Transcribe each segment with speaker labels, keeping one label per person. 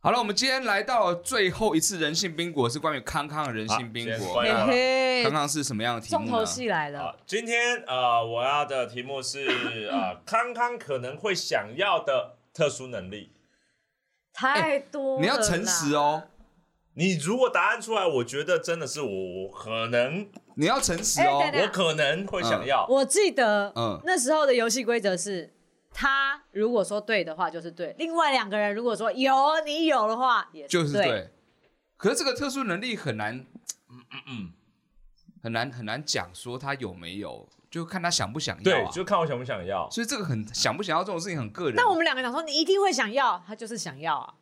Speaker 1: 好了，我们今天来到最后一次人性冰果，是关于康康的人性冰
Speaker 2: 啊好先
Speaker 1: 果。
Speaker 2: 关
Speaker 1: 那
Speaker 2: 了
Speaker 3: 嘿
Speaker 1: 康
Speaker 3: 嘿，
Speaker 1: 康是什么样的题目
Speaker 3: 重
Speaker 1: 呢？
Speaker 3: 头戏来了
Speaker 2: 好，，今天呃，我要的题目是呃，康康可能会想要的 特殊能力。
Speaker 3: 太多了啦
Speaker 1: 哎你要诚实哦，
Speaker 2: 你如果答案出来，我觉得真的是我我可能
Speaker 1: 你要诚实
Speaker 3: 哎
Speaker 1: 哦
Speaker 3: 对。对
Speaker 2: 我可能会想要。
Speaker 3: 我记得，
Speaker 1: 嗯
Speaker 3: 那时候的游戏规则是，他如果说对的话就是对，另外两个人如果说有你有的话也
Speaker 1: 就是
Speaker 3: 对。
Speaker 1: 对。可是这个特殊能力很难，嗯嗯嗯，很难很难讲说他有没有，就看他想不想要
Speaker 2: 对，
Speaker 1: 啊。
Speaker 2: 就看我想不想要。
Speaker 1: 所以这个很想不想要这种事情很个人。
Speaker 3: 但我们两个讲说你一定会想要，他就是想要啊，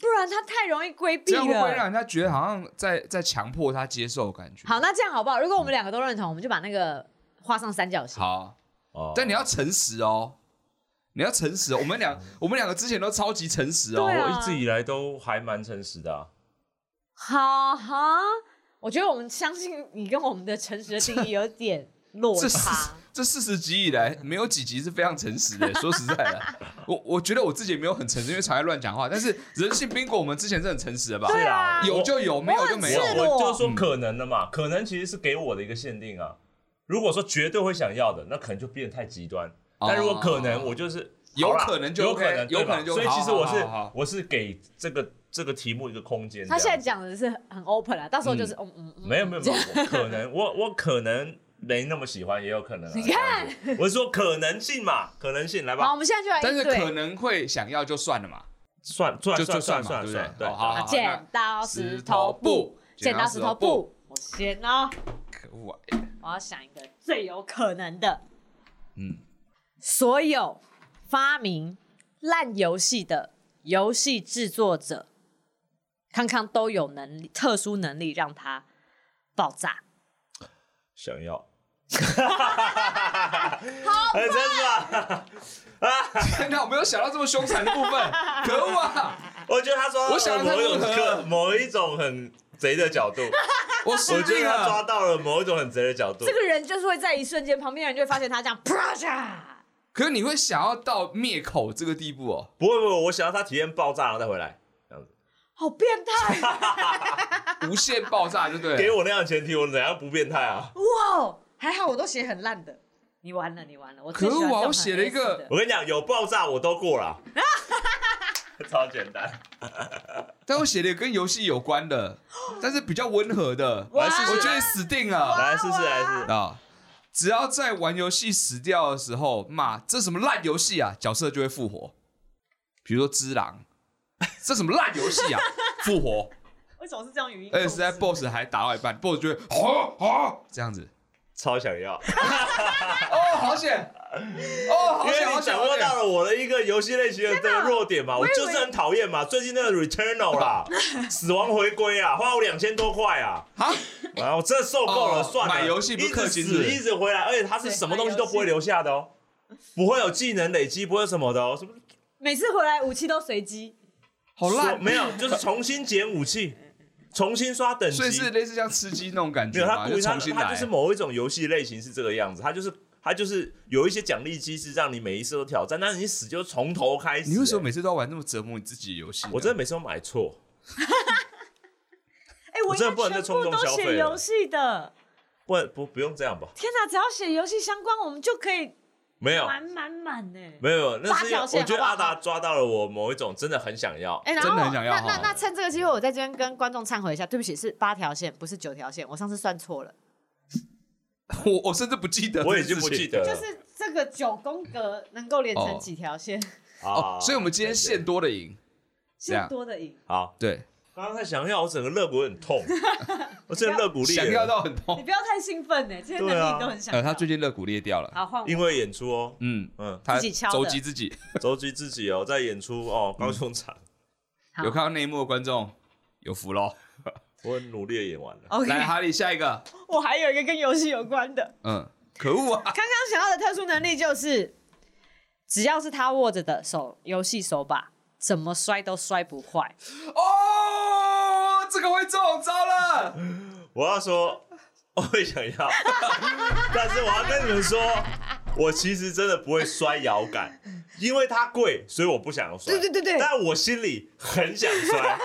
Speaker 3: 不然他太容易规避
Speaker 1: 这样会不会让
Speaker 3: 了。
Speaker 1: 人家觉得好像在在强迫他接受的感觉？
Speaker 3: 好，那这样好不好？如果我们两个都认同，我们就把那个画上三角形。
Speaker 1: 好，
Speaker 2: 哦
Speaker 1: 但你要诚实哦，你要诚实哦。我们俩我们两个之前都超级诚实哦
Speaker 3: 对。啊
Speaker 2: 我一直以来都还蛮诚实的、啊。
Speaker 3: 好哈，我觉得我们相信你跟我们的诚实的定义有点落
Speaker 1: 这四
Speaker 3: 差。
Speaker 1: 这四十集以 来，没有几集是非常诚实的。说实在的，我我觉得我自己也没有很诚实，因为常爱乱讲话。但是人性冰果，我们之前是很诚实的吧？
Speaker 3: 对啊
Speaker 2: 啊，
Speaker 1: 有就有，没有就没有
Speaker 3: 我。很赤
Speaker 2: 我
Speaker 3: 裸
Speaker 2: 我就说可能的嘛，可能其实是给我的一个限定啊。如果说绝对会想要的，那可能就变得太极端。
Speaker 1: 哦
Speaker 2: 但如果可能，我就是
Speaker 1: 有
Speaker 2: 好啦
Speaker 1: 可能就
Speaker 2: 有
Speaker 1: OK，
Speaker 2: 可能，
Speaker 1: 有
Speaker 2: 对吧
Speaker 1: 可能就
Speaker 2: 所以其实我
Speaker 1: 好
Speaker 2: 是
Speaker 1: 好好好
Speaker 2: 我是给这个这个题目一个空间这样。
Speaker 3: 他现在讲的是很 open 啊，到时候就是嗯嗯嗯，
Speaker 2: 没有没有 没有，我可能我我可能没那么喜欢，也有可能啊。
Speaker 3: 你看
Speaker 2: 这样子，我是说可能性嘛，可能性来
Speaker 3: 好，我
Speaker 2: 吧，
Speaker 3: 们现在就来
Speaker 1: 但是
Speaker 3: 一对
Speaker 1: 可能会想要就算了嘛，
Speaker 3: 哎
Speaker 2: 算算
Speaker 1: 就就
Speaker 2: 算
Speaker 1: 算嘛，
Speaker 2: 算
Speaker 1: 对不对
Speaker 2: 算，？对，
Speaker 1: 好好好，
Speaker 3: 啊剪刀
Speaker 1: 啊那
Speaker 3: 石头布，剪刀石头，布，我先哦，
Speaker 1: 可恶啊！
Speaker 3: 我要想一个最有可能的，
Speaker 1: 嗯，
Speaker 3: 所有发明烂游戏的游戏制作者，康康都有能力，特殊能力让它爆炸。
Speaker 2: 想要。 很真啊实吧？
Speaker 1: 天哪，我没有想到这么凶残的部分， 可恶啊！
Speaker 2: 我觉得他说
Speaker 1: 我想得太
Speaker 2: 某一种
Speaker 1: 温和了
Speaker 2: 刻 某一种很贼的角度，
Speaker 1: 我失
Speaker 2: 我觉
Speaker 1: 敬
Speaker 2: 得他抓
Speaker 1: 了。
Speaker 2: 到了某一种很贼的角度
Speaker 3: 这。个人就是会在一瞬间，旁边人就会发现他这样啪嚓。
Speaker 1: 可是你会想要到灭口这个地步哦？
Speaker 2: 不会不会，我想要他体验爆炸，然后再回来，这样子。
Speaker 3: 好变态！
Speaker 1: 无限爆炸，对不对？
Speaker 2: 给我那样的前提，我怎样不变态 啊？
Speaker 3: 哇，哦还好我都写很烂的。你完了，你完了！我最
Speaker 1: 可恶啊
Speaker 3: 喜欢这种
Speaker 1: 我写了一个
Speaker 3: 很 S 的
Speaker 2: 我跟你讲，有爆炸我都过 了，超简单。
Speaker 1: 但我写的跟游戏有关的，但是比较温和的，
Speaker 2: 来
Speaker 3: 哦哇
Speaker 2: 试试，
Speaker 1: 我觉得死定了
Speaker 2: 啊来试试，来试试。
Speaker 1: 啊！只要在玩游戏死掉的时候骂这什么烂游戏啊，角色就会复活。比如说只狼，这什么烂游戏 啊，复活，
Speaker 3: 为什么是这样语音控
Speaker 1: 而
Speaker 3: 制？
Speaker 1: 且是哎在 BOSS 还打到一半，BOSS 就会吼吼这样子。
Speaker 2: 超想要，
Speaker 1: 哦，好险！哦，好
Speaker 2: 因为
Speaker 1: 险，好
Speaker 2: 你
Speaker 1: 险！
Speaker 2: 掌握到了我的一个游戏类型的这个弱点嘛，我就是很讨厌嘛。最近那个 Returnal 啦，死亡回归啊，花我两千多块啊，
Speaker 1: 啊！
Speaker 2: 然后这受够了，
Speaker 1: 哦
Speaker 2: 算了，
Speaker 1: 买游戏不
Speaker 2: 一
Speaker 1: 氪
Speaker 2: 直
Speaker 1: 金
Speaker 2: 死
Speaker 1: 是
Speaker 2: 一直回来，而且它是什么东西都不会留下的哦，不会有技能累积，不会有什么的哦，什么
Speaker 3: 每次回来武器都随机，
Speaker 1: 好烂，
Speaker 2: 没有，就是重新捡武器，重新刷等级
Speaker 1: 所以，是类似像吃鸡那种感
Speaker 2: 没
Speaker 1: 觉
Speaker 2: 有
Speaker 1: 嘛，
Speaker 2: 它故
Speaker 1: 就
Speaker 2: 意它
Speaker 1: 重新
Speaker 2: 它
Speaker 1: 来
Speaker 2: 就是。某一种游戏类型是这个样子，它就是。它就是有一些奖励机制，让你每一次都挑战，但是你死就从头开始、
Speaker 1: 你为什么
Speaker 2: 欸
Speaker 1: 每次都要玩那么折磨你自己的游戏呢？
Speaker 2: 我真的每次都买错，
Speaker 3: 哎，我
Speaker 2: 我真的
Speaker 3: 应该
Speaker 2: 不能再
Speaker 3: 哎全部
Speaker 2: 冲动
Speaker 3: 都
Speaker 2: 消费
Speaker 3: 写
Speaker 2: 了
Speaker 3: 游戏的。
Speaker 2: 不然不不用这样吧？
Speaker 3: 天哪，只要写游戏相关，我们就可以
Speaker 2: 没有
Speaker 3: 满满满呢。
Speaker 2: 没有，那是因为
Speaker 3: 发条线
Speaker 2: 我觉得
Speaker 3: 好
Speaker 2: 阿
Speaker 3: 不好
Speaker 2: 达抓到了我某一种真的很想要，
Speaker 3: 哎、然
Speaker 1: 真
Speaker 3: 后
Speaker 1: 的很想要
Speaker 3: 那那
Speaker 1: 哈
Speaker 3: 那趁这个机会，我在这边跟观众忏悔一下，对不起，是八条线，不是九条线，我上次算错了，
Speaker 1: 我我甚至不记得，
Speaker 2: 我已经不记得了。
Speaker 3: 就是这个九宫格能够连
Speaker 1: 哦
Speaker 3: 成几条线，
Speaker 2: 啊
Speaker 1: 哦。所以我们今天
Speaker 2: 现
Speaker 1: 线多的赢，这
Speaker 3: 线
Speaker 1: 样
Speaker 3: 多的赢。
Speaker 2: 好，
Speaker 1: 对，
Speaker 2: 刚刚在想要，我整个肋骨很 痛，我真的肋骨裂了，
Speaker 1: 想要到很
Speaker 3: 你
Speaker 1: 痛。
Speaker 3: 不要太兴奋呢、这些能
Speaker 2: 对啊
Speaker 3: 力你都很想要。
Speaker 1: 呃，他最近肋骨裂掉了，
Speaker 3: 好换我，
Speaker 2: 因为演出哦，
Speaker 1: 嗯，
Speaker 2: 嗯，
Speaker 1: 他
Speaker 3: 自己敲的
Speaker 1: 肘击自己。
Speaker 2: 周击自己哦，在演出哦，高雄
Speaker 1: 嗯
Speaker 2: 场，
Speaker 3: 好
Speaker 1: 有看到那一幕的观众有福喽。
Speaker 2: 我很努力的演完了。
Speaker 3: OK，
Speaker 1: 来，哈利下一个，
Speaker 3: 我还有一个跟游戏有关的，
Speaker 1: 嗯，可恶 啊！
Speaker 3: 刚刚想要的特殊能力就是，只要是他握着的手游戏手把，怎么摔都摔不坏。
Speaker 1: 哦，这个会中招了。
Speaker 2: 我要说，我会想要，但是我要跟你们说，我其实真的不会摔摇杆，因为它贵，所以我不想摔。
Speaker 4: 对对对对
Speaker 2: 但我心里很想 摔，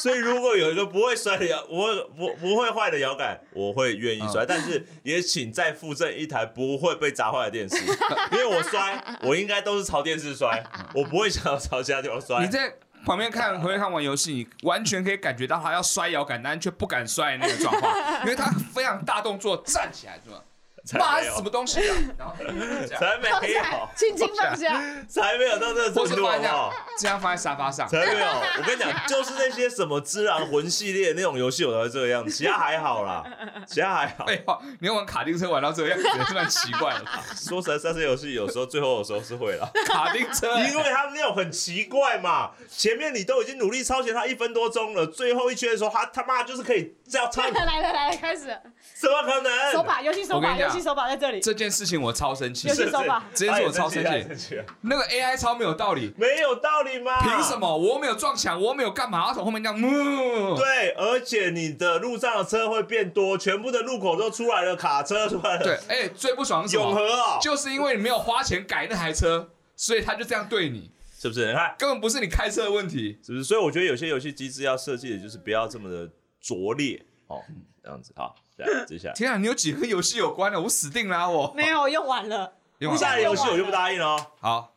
Speaker 2: 所以如果有一个不会摔的摇，我不不会坏的摇杆，我会愿意
Speaker 4: 啊
Speaker 2: 摔。但是也请再附赠一台不会被砸坏的 电视，因为我摔，我应该都是朝电视摔，我不会想要朝其他地方摔。
Speaker 1: 你在旁边看，旁边看玩游戏，你完全可以感觉到他要摔摇杆，但却不敢摔的那个状况， 因为他非常大动作站起来，是吧？
Speaker 2: 才
Speaker 1: 妈，这
Speaker 2: 没有
Speaker 1: 是什么东西啊？然后 这样，
Speaker 2: 才没
Speaker 4: 放
Speaker 2: 有，
Speaker 4: 下，轻轻放下，
Speaker 2: 才没有到这个
Speaker 1: 或是
Speaker 2: 程度，好
Speaker 1: 放
Speaker 2: 不
Speaker 1: 这样
Speaker 2: 好？，
Speaker 1: 这样放在沙发上。
Speaker 2: 才没有！我跟你讲，就是那些什么《只狼魂》系列那种游戏，我才会这个样子，其他还好 啦，其他还 好。
Speaker 1: 废话，你要玩卡丁车玩到这个样子，也是蛮奇怪的。
Speaker 2: 说实在，赛车游戏有时候最后有时候是会啦，
Speaker 1: 卡丁车，
Speaker 2: 因为他们那种很奇怪嘛，前面你都已经努力超前他一分多钟了，最后一圈的时候，他他妈就是可以这 样超，
Speaker 4: 来了来了来了，开始了
Speaker 2: 怎么可
Speaker 4: 手
Speaker 2: 能？
Speaker 4: 把，游戏手
Speaker 1: 我跟
Speaker 4: 把，
Speaker 1: 你讲
Speaker 4: 游戏手把在这里，
Speaker 1: 这件事情我超生气
Speaker 4: 游，戏手把
Speaker 2: 是
Speaker 1: 这件事我
Speaker 2: 他也
Speaker 1: 超生
Speaker 2: 生气他也
Speaker 1: 气。
Speaker 2: 生气了，
Speaker 1: 那个 AI 超没有道理，
Speaker 2: 没有道理嘛？
Speaker 1: 凭什？么我没有撞墙，我没有干嘛？他从后面这样，嗯，
Speaker 2: 对，而且你的路上的车会变多，全部的路口都出来了，卡车出来了，
Speaker 1: 对，，哎，最不爽是什
Speaker 2: 永
Speaker 1: 么？
Speaker 2: 和啊、
Speaker 1: 就是因为你没有花钱改那台车，所以他就这样对你，
Speaker 2: 是不是？你看，
Speaker 1: 根本不是你开车的问题。
Speaker 2: 是不是？所以我觉得有些游戏机制要设计的就是不要这么的拙劣哦，这样子好，这样接 下来。
Speaker 1: 天啊，你有几个游戏有关的？我死定了啊，我。
Speaker 3: 没有用完了，
Speaker 1: 用完
Speaker 2: 下一个游戏我就不啊答应了哦。
Speaker 1: 好，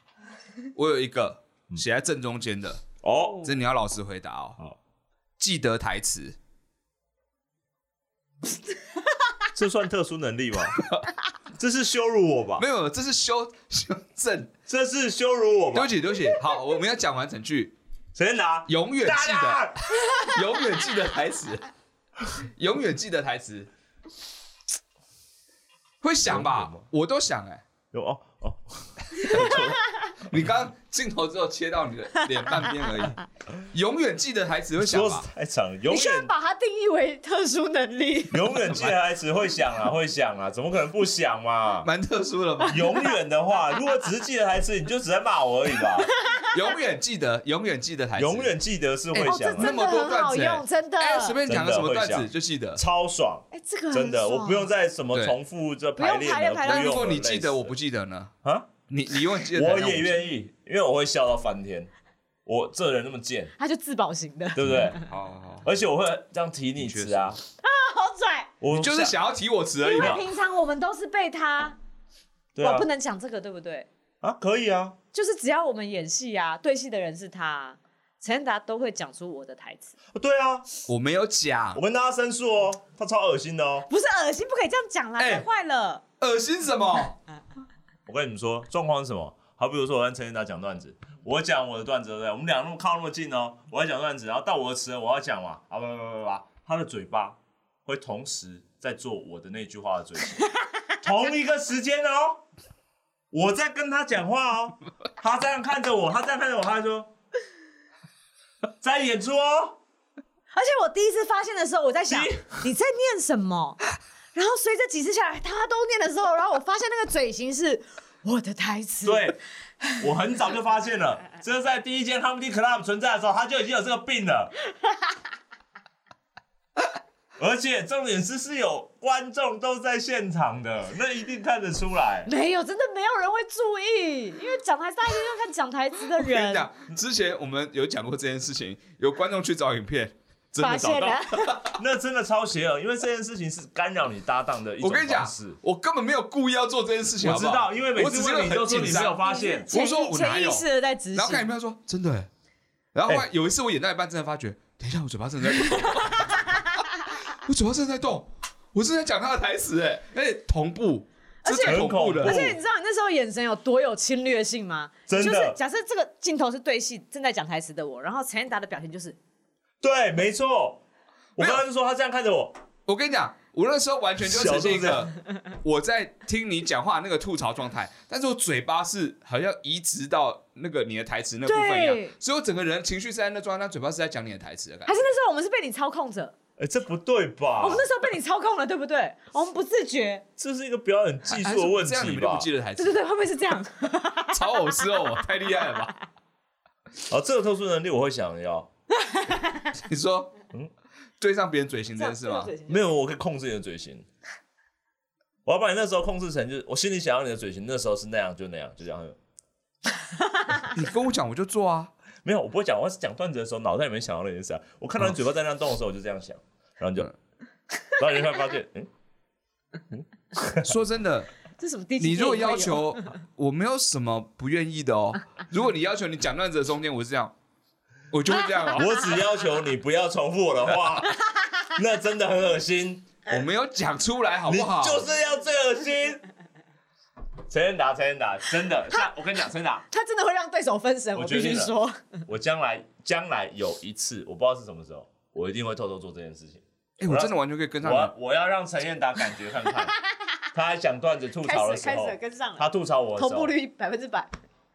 Speaker 1: 我有一个写在正中间的，
Speaker 2: 哦，
Speaker 1: 这你要老实回答哦
Speaker 2: 好。
Speaker 1: 记得台词，
Speaker 2: 这算特殊能力吗？这是羞辱我吧
Speaker 1: 没？有，这是修修正。
Speaker 2: 这是羞辱我
Speaker 1: 对
Speaker 2: 吧
Speaker 1: 不？起，对不起。好，我们要讲完整 句，
Speaker 2: 谁拿？
Speaker 1: 永远
Speaker 2: 大
Speaker 1: 记得，
Speaker 2: 家
Speaker 1: 永远记得台 词，永远记得台词。会想吧
Speaker 2: 永远吗？
Speaker 1: 我都想哎、
Speaker 2: 有哦哦，
Speaker 1: 你刚镜头只有切到你的脸半边而 已。永远记得台词会想
Speaker 2: 说
Speaker 1: 吧？
Speaker 2: 太长，永
Speaker 4: 你居然
Speaker 2: 远
Speaker 4: 把它定义为特殊能力，
Speaker 2: 永远记得台词会想啊，会想啊，怎么可能不想嘛？
Speaker 1: 蛮特殊的吧？
Speaker 2: 永远的话，如果只是记得台词，你就只在骂我而已吧。
Speaker 1: 永远记得，永远记得台词，
Speaker 2: 永远记得是会
Speaker 1: 哎
Speaker 4: 哦，这
Speaker 2: 想啊，
Speaker 4: 真
Speaker 1: 那
Speaker 4: 的
Speaker 1: 么多
Speaker 4: 很好
Speaker 1: 段子哎
Speaker 4: 用，真的，
Speaker 1: 哎，随便讲个什么段
Speaker 2: 真的会
Speaker 1: 子
Speaker 2: 想
Speaker 1: 就记得。
Speaker 2: 超爽。
Speaker 4: 哎，这个很
Speaker 2: 真的，
Speaker 4: 爽
Speaker 2: 我不用再什么
Speaker 1: 对
Speaker 2: 重复这排列
Speaker 4: 不用排列
Speaker 2: 了，
Speaker 4: 排列
Speaker 2: 不
Speaker 1: 但
Speaker 2: 用
Speaker 1: 如果
Speaker 2: 了
Speaker 1: 你记得，我不
Speaker 2: 累
Speaker 1: 记得呢？
Speaker 2: 死了啊，
Speaker 1: 你你永远记得，
Speaker 2: 我也
Speaker 1: 意。
Speaker 2: 愿意，因为我会笑到翻天。我这人那 么贱，
Speaker 3: 他就自保型的，
Speaker 2: 对不对？
Speaker 1: 好好好，
Speaker 2: 而且我会这样提你词啊，
Speaker 3: 好拽。
Speaker 2: 我
Speaker 1: 就是想要提我词而已
Speaker 3: 因为
Speaker 1: 嘛。
Speaker 3: 平常我们都是被他，
Speaker 2: 对啊
Speaker 3: 我不能讲这个，对不对？
Speaker 2: 啊，可以啊，
Speaker 3: 就是只要我们演戏啊，对戏的人是他，陈建达都会讲出我的台词，
Speaker 2: 对啊，
Speaker 1: 我没有讲
Speaker 2: 我，跟大家申诉哦，他超恶心的哦。
Speaker 3: 不是恶心，不可以这样讲啦，
Speaker 1: 哎
Speaker 3: 太坏了。
Speaker 1: 恶心什 么？
Speaker 2: 我跟你们说，状况是什么？好，比如说我跟陈建达讲段子，我讲我的段子，对不对？我们俩那么靠那么近哦，我要讲段子，然后到我的词了，我要讲嘛，啊不不不不不，他的嘴巴会同时在做我的那句话的嘴型，同一个时间哦，我在跟他讲话哦，他这样看着我，他这样看着我，他就说在演出哦，
Speaker 3: 而且我第一次发现的时候，我在想 你在念什么，然后随着几次下来，他都念的时候，然后我发现那个嘴型是我的台词，
Speaker 2: 对。我很早就发现了，这是在第一间 Comedy Club 存在的时候，他就已经有这个病了。而且重点是是有观众都在现场的，那一定看得出来。
Speaker 3: 没有，真的没有人会注意，因为讲台词大家一定要看讲台词的
Speaker 1: 跟你
Speaker 3: 人。
Speaker 1: 讲，之前我们有讲过这件事情，有观众去找影片，真
Speaker 3: 发
Speaker 1: 的找
Speaker 3: 现
Speaker 1: 到
Speaker 3: 了。，
Speaker 2: 那真的超邪恶，因为这件事情是干扰你搭档的一
Speaker 1: 我
Speaker 2: 种
Speaker 1: 跟你
Speaker 2: 方
Speaker 1: 讲
Speaker 2: 式，。
Speaker 1: 我根本没有故意要做这件事情，
Speaker 2: 我
Speaker 1: 好
Speaker 2: 知
Speaker 1: 不好
Speaker 2: 道，因为每
Speaker 1: 我只
Speaker 2: 次
Speaker 1: 是
Speaker 2: 问你都说
Speaker 1: 很
Speaker 2: 你
Speaker 1: 紧
Speaker 2: 没有
Speaker 1: 张，
Speaker 2: 发现，
Speaker 3: 潜
Speaker 1: 我说
Speaker 3: 意
Speaker 1: 我哪
Speaker 3: 潜
Speaker 1: 有
Speaker 3: 意识的在执
Speaker 1: 然后看影
Speaker 3: 行，
Speaker 1: 片说真的欸，然后后来
Speaker 2: 哎
Speaker 1: 有一次我演到一半，真的发觉，等一下我嘴巴正在动， 我嘴巴正在动，我正在讲他的台词，哎，哎，同步，这
Speaker 3: 且
Speaker 1: 太恐怖了，
Speaker 2: 很恐 怖
Speaker 3: 而且你知道你那时候眼神有多有侵略性吗？
Speaker 2: 真的
Speaker 3: 就是假设这个镜头是对戏正在讲台词的我，然后陈建达的表情就是
Speaker 2: 对，没错。我
Speaker 1: 没有
Speaker 2: 刚刚就说他这样看着我，
Speaker 1: 我跟你讲，我那时候完全就呈现一
Speaker 2: 小
Speaker 1: 个 我在听你讲话那个吐槽状态，但是我嘴巴是好像移植到那个你的台词那部分一
Speaker 3: 对
Speaker 1: 样，所以我整个人情绪是在那状态，但嘴巴是在讲你的台词的啊感
Speaker 3: 还
Speaker 1: 觉
Speaker 3: 是。那时候我们是被你操控着，哦
Speaker 2: 哎，这不对吧
Speaker 3: 我们？那时候被你操控了，对不 对？哦我们不自觉，
Speaker 2: 这是一个表演技
Speaker 1: 还
Speaker 2: 术
Speaker 1: 是
Speaker 2: 的问
Speaker 1: 这样你
Speaker 2: 题
Speaker 1: 们就
Speaker 2: 吧
Speaker 1: 不？记得台
Speaker 3: 对
Speaker 1: 词，
Speaker 3: 对对，会不会是这样？
Speaker 1: 炒偶吃哦，太厉害了吧？
Speaker 2: 哦，这个特殊能力我会想要，
Speaker 1: 你说，嗯，对上别人嘴型这件事吗
Speaker 3: 这样这个？嘴型
Speaker 2: 没有，我可以控制你的嘴型。我要把你那时候控制成就是我心里想要你的嘴型，那时候是那样就那样就这样。
Speaker 1: 你跟我讲我就做啊，
Speaker 2: 没有，我不会讲，我是讲段子的时候脑袋里面想到那件事啊。我看到你嘴巴在那样动的时候，我就这样想，然后你就，
Speaker 1: 嗯
Speaker 2: 然后你就会发现，嗯，
Speaker 1: 说真 的，
Speaker 3: 这什么第几？
Speaker 1: 你如果要，求，我没有什么不愿意的哦。如果你要求你讲段子的中间我是这样，我就会这样啊，
Speaker 2: 我只要求你不要重复我的话，那真的很恶心，
Speaker 1: 我没有讲出来好
Speaker 2: 你
Speaker 1: 不好？
Speaker 2: 就是要最恶心。陈彦达，陈彦达，真的，像我跟你讲，陈彦达，
Speaker 3: 他真的会让对手分神，
Speaker 2: 我
Speaker 3: 我
Speaker 2: 决
Speaker 3: 必
Speaker 2: 定
Speaker 3: 须
Speaker 2: 了
Speaker 3: 说，
Speaker 2: 我将来将来有一次，我不知道是什么时候，我一定会偷偷做这件事情。
Speaker 1: 哎，我真的完全可以跟上
Speaker 2: 我要
Speaker 1: 你。
Speaker 2: 我要让陈彦达感觉看看，他在讲段子吐
Speaker 4: 开
Speaker 2: 槽的
Speaker 4: 始
Speaker 2: 时
Speaker 4: 开
Speaker 2: 候
Speaker 4: 始，跟上了，
Speaker 2: 他吐槽我的
Speaker 4: 同
Speaker 2: 时候
Speaker 4: 步，率百分之百，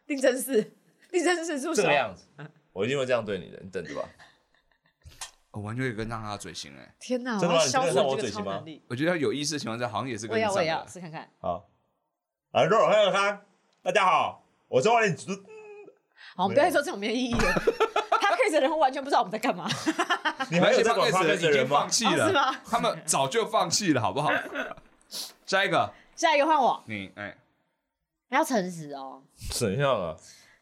Speaker 4: 定真 是定真是助
Speaker 2: 这
Speaker 4: 手
Speaker 2: 个，样子，我一定会这样对你的，你等着吧。
Speaker 1: 我哦完全可以跟上他的嘴型哎、
Speaker 3: 天哪，
Speaker 2: 真
Speaker 3: 我
Speaker 2: 的吗
Speaker 3: 要
Speaker 2: 你
Speaker 3: 消
Speaker 2: 真
Speaker 3: 除
Speaker 2: 的让我
Speaker 3: 这
Speaker 2: 嘴
Speaker 3: 个
Speaker 2: 型
Speaker 3: 超
Speaker 2: 吗
Speaker 3: 能力。
Speaker 1: 我觉得有意识的情况下，好像也是
Speaker 3: 我
Speaker 1: 跟得
Speaker 3: 要，
Speaker 1: 上
Speaker 3: 我要
Speaker 2: 哎
Speaker 1: 的。
Speaker 3: 试看看。
Speaker 2: 好，啊，肉肉很有康，大家好，我是万里竹，
Speaker 3: 好，我们不要再说这种没有意 义的。他 case 的人完全不知道我们在干嘛。
Speaker 2: 你还有在 管 p o
Speaker 1: 而且
Speaker 2: d
Speaker 1: podcast
Speaker 2: 的
Speaker 1: 已经
Speaker 2: 人吗
Speaker 1: 放？弃
Speaker 4: 哦是
Speaker 1: 了，
Speaker 4: 吗？
Speaker 1: 他们早就放弃了，好不好？下一个，
Speaker 3: 下一个换我，
Speaker 1: 你哎、
Speaker 3: 你要诚实哦。
Speaker 2: 怎样啊？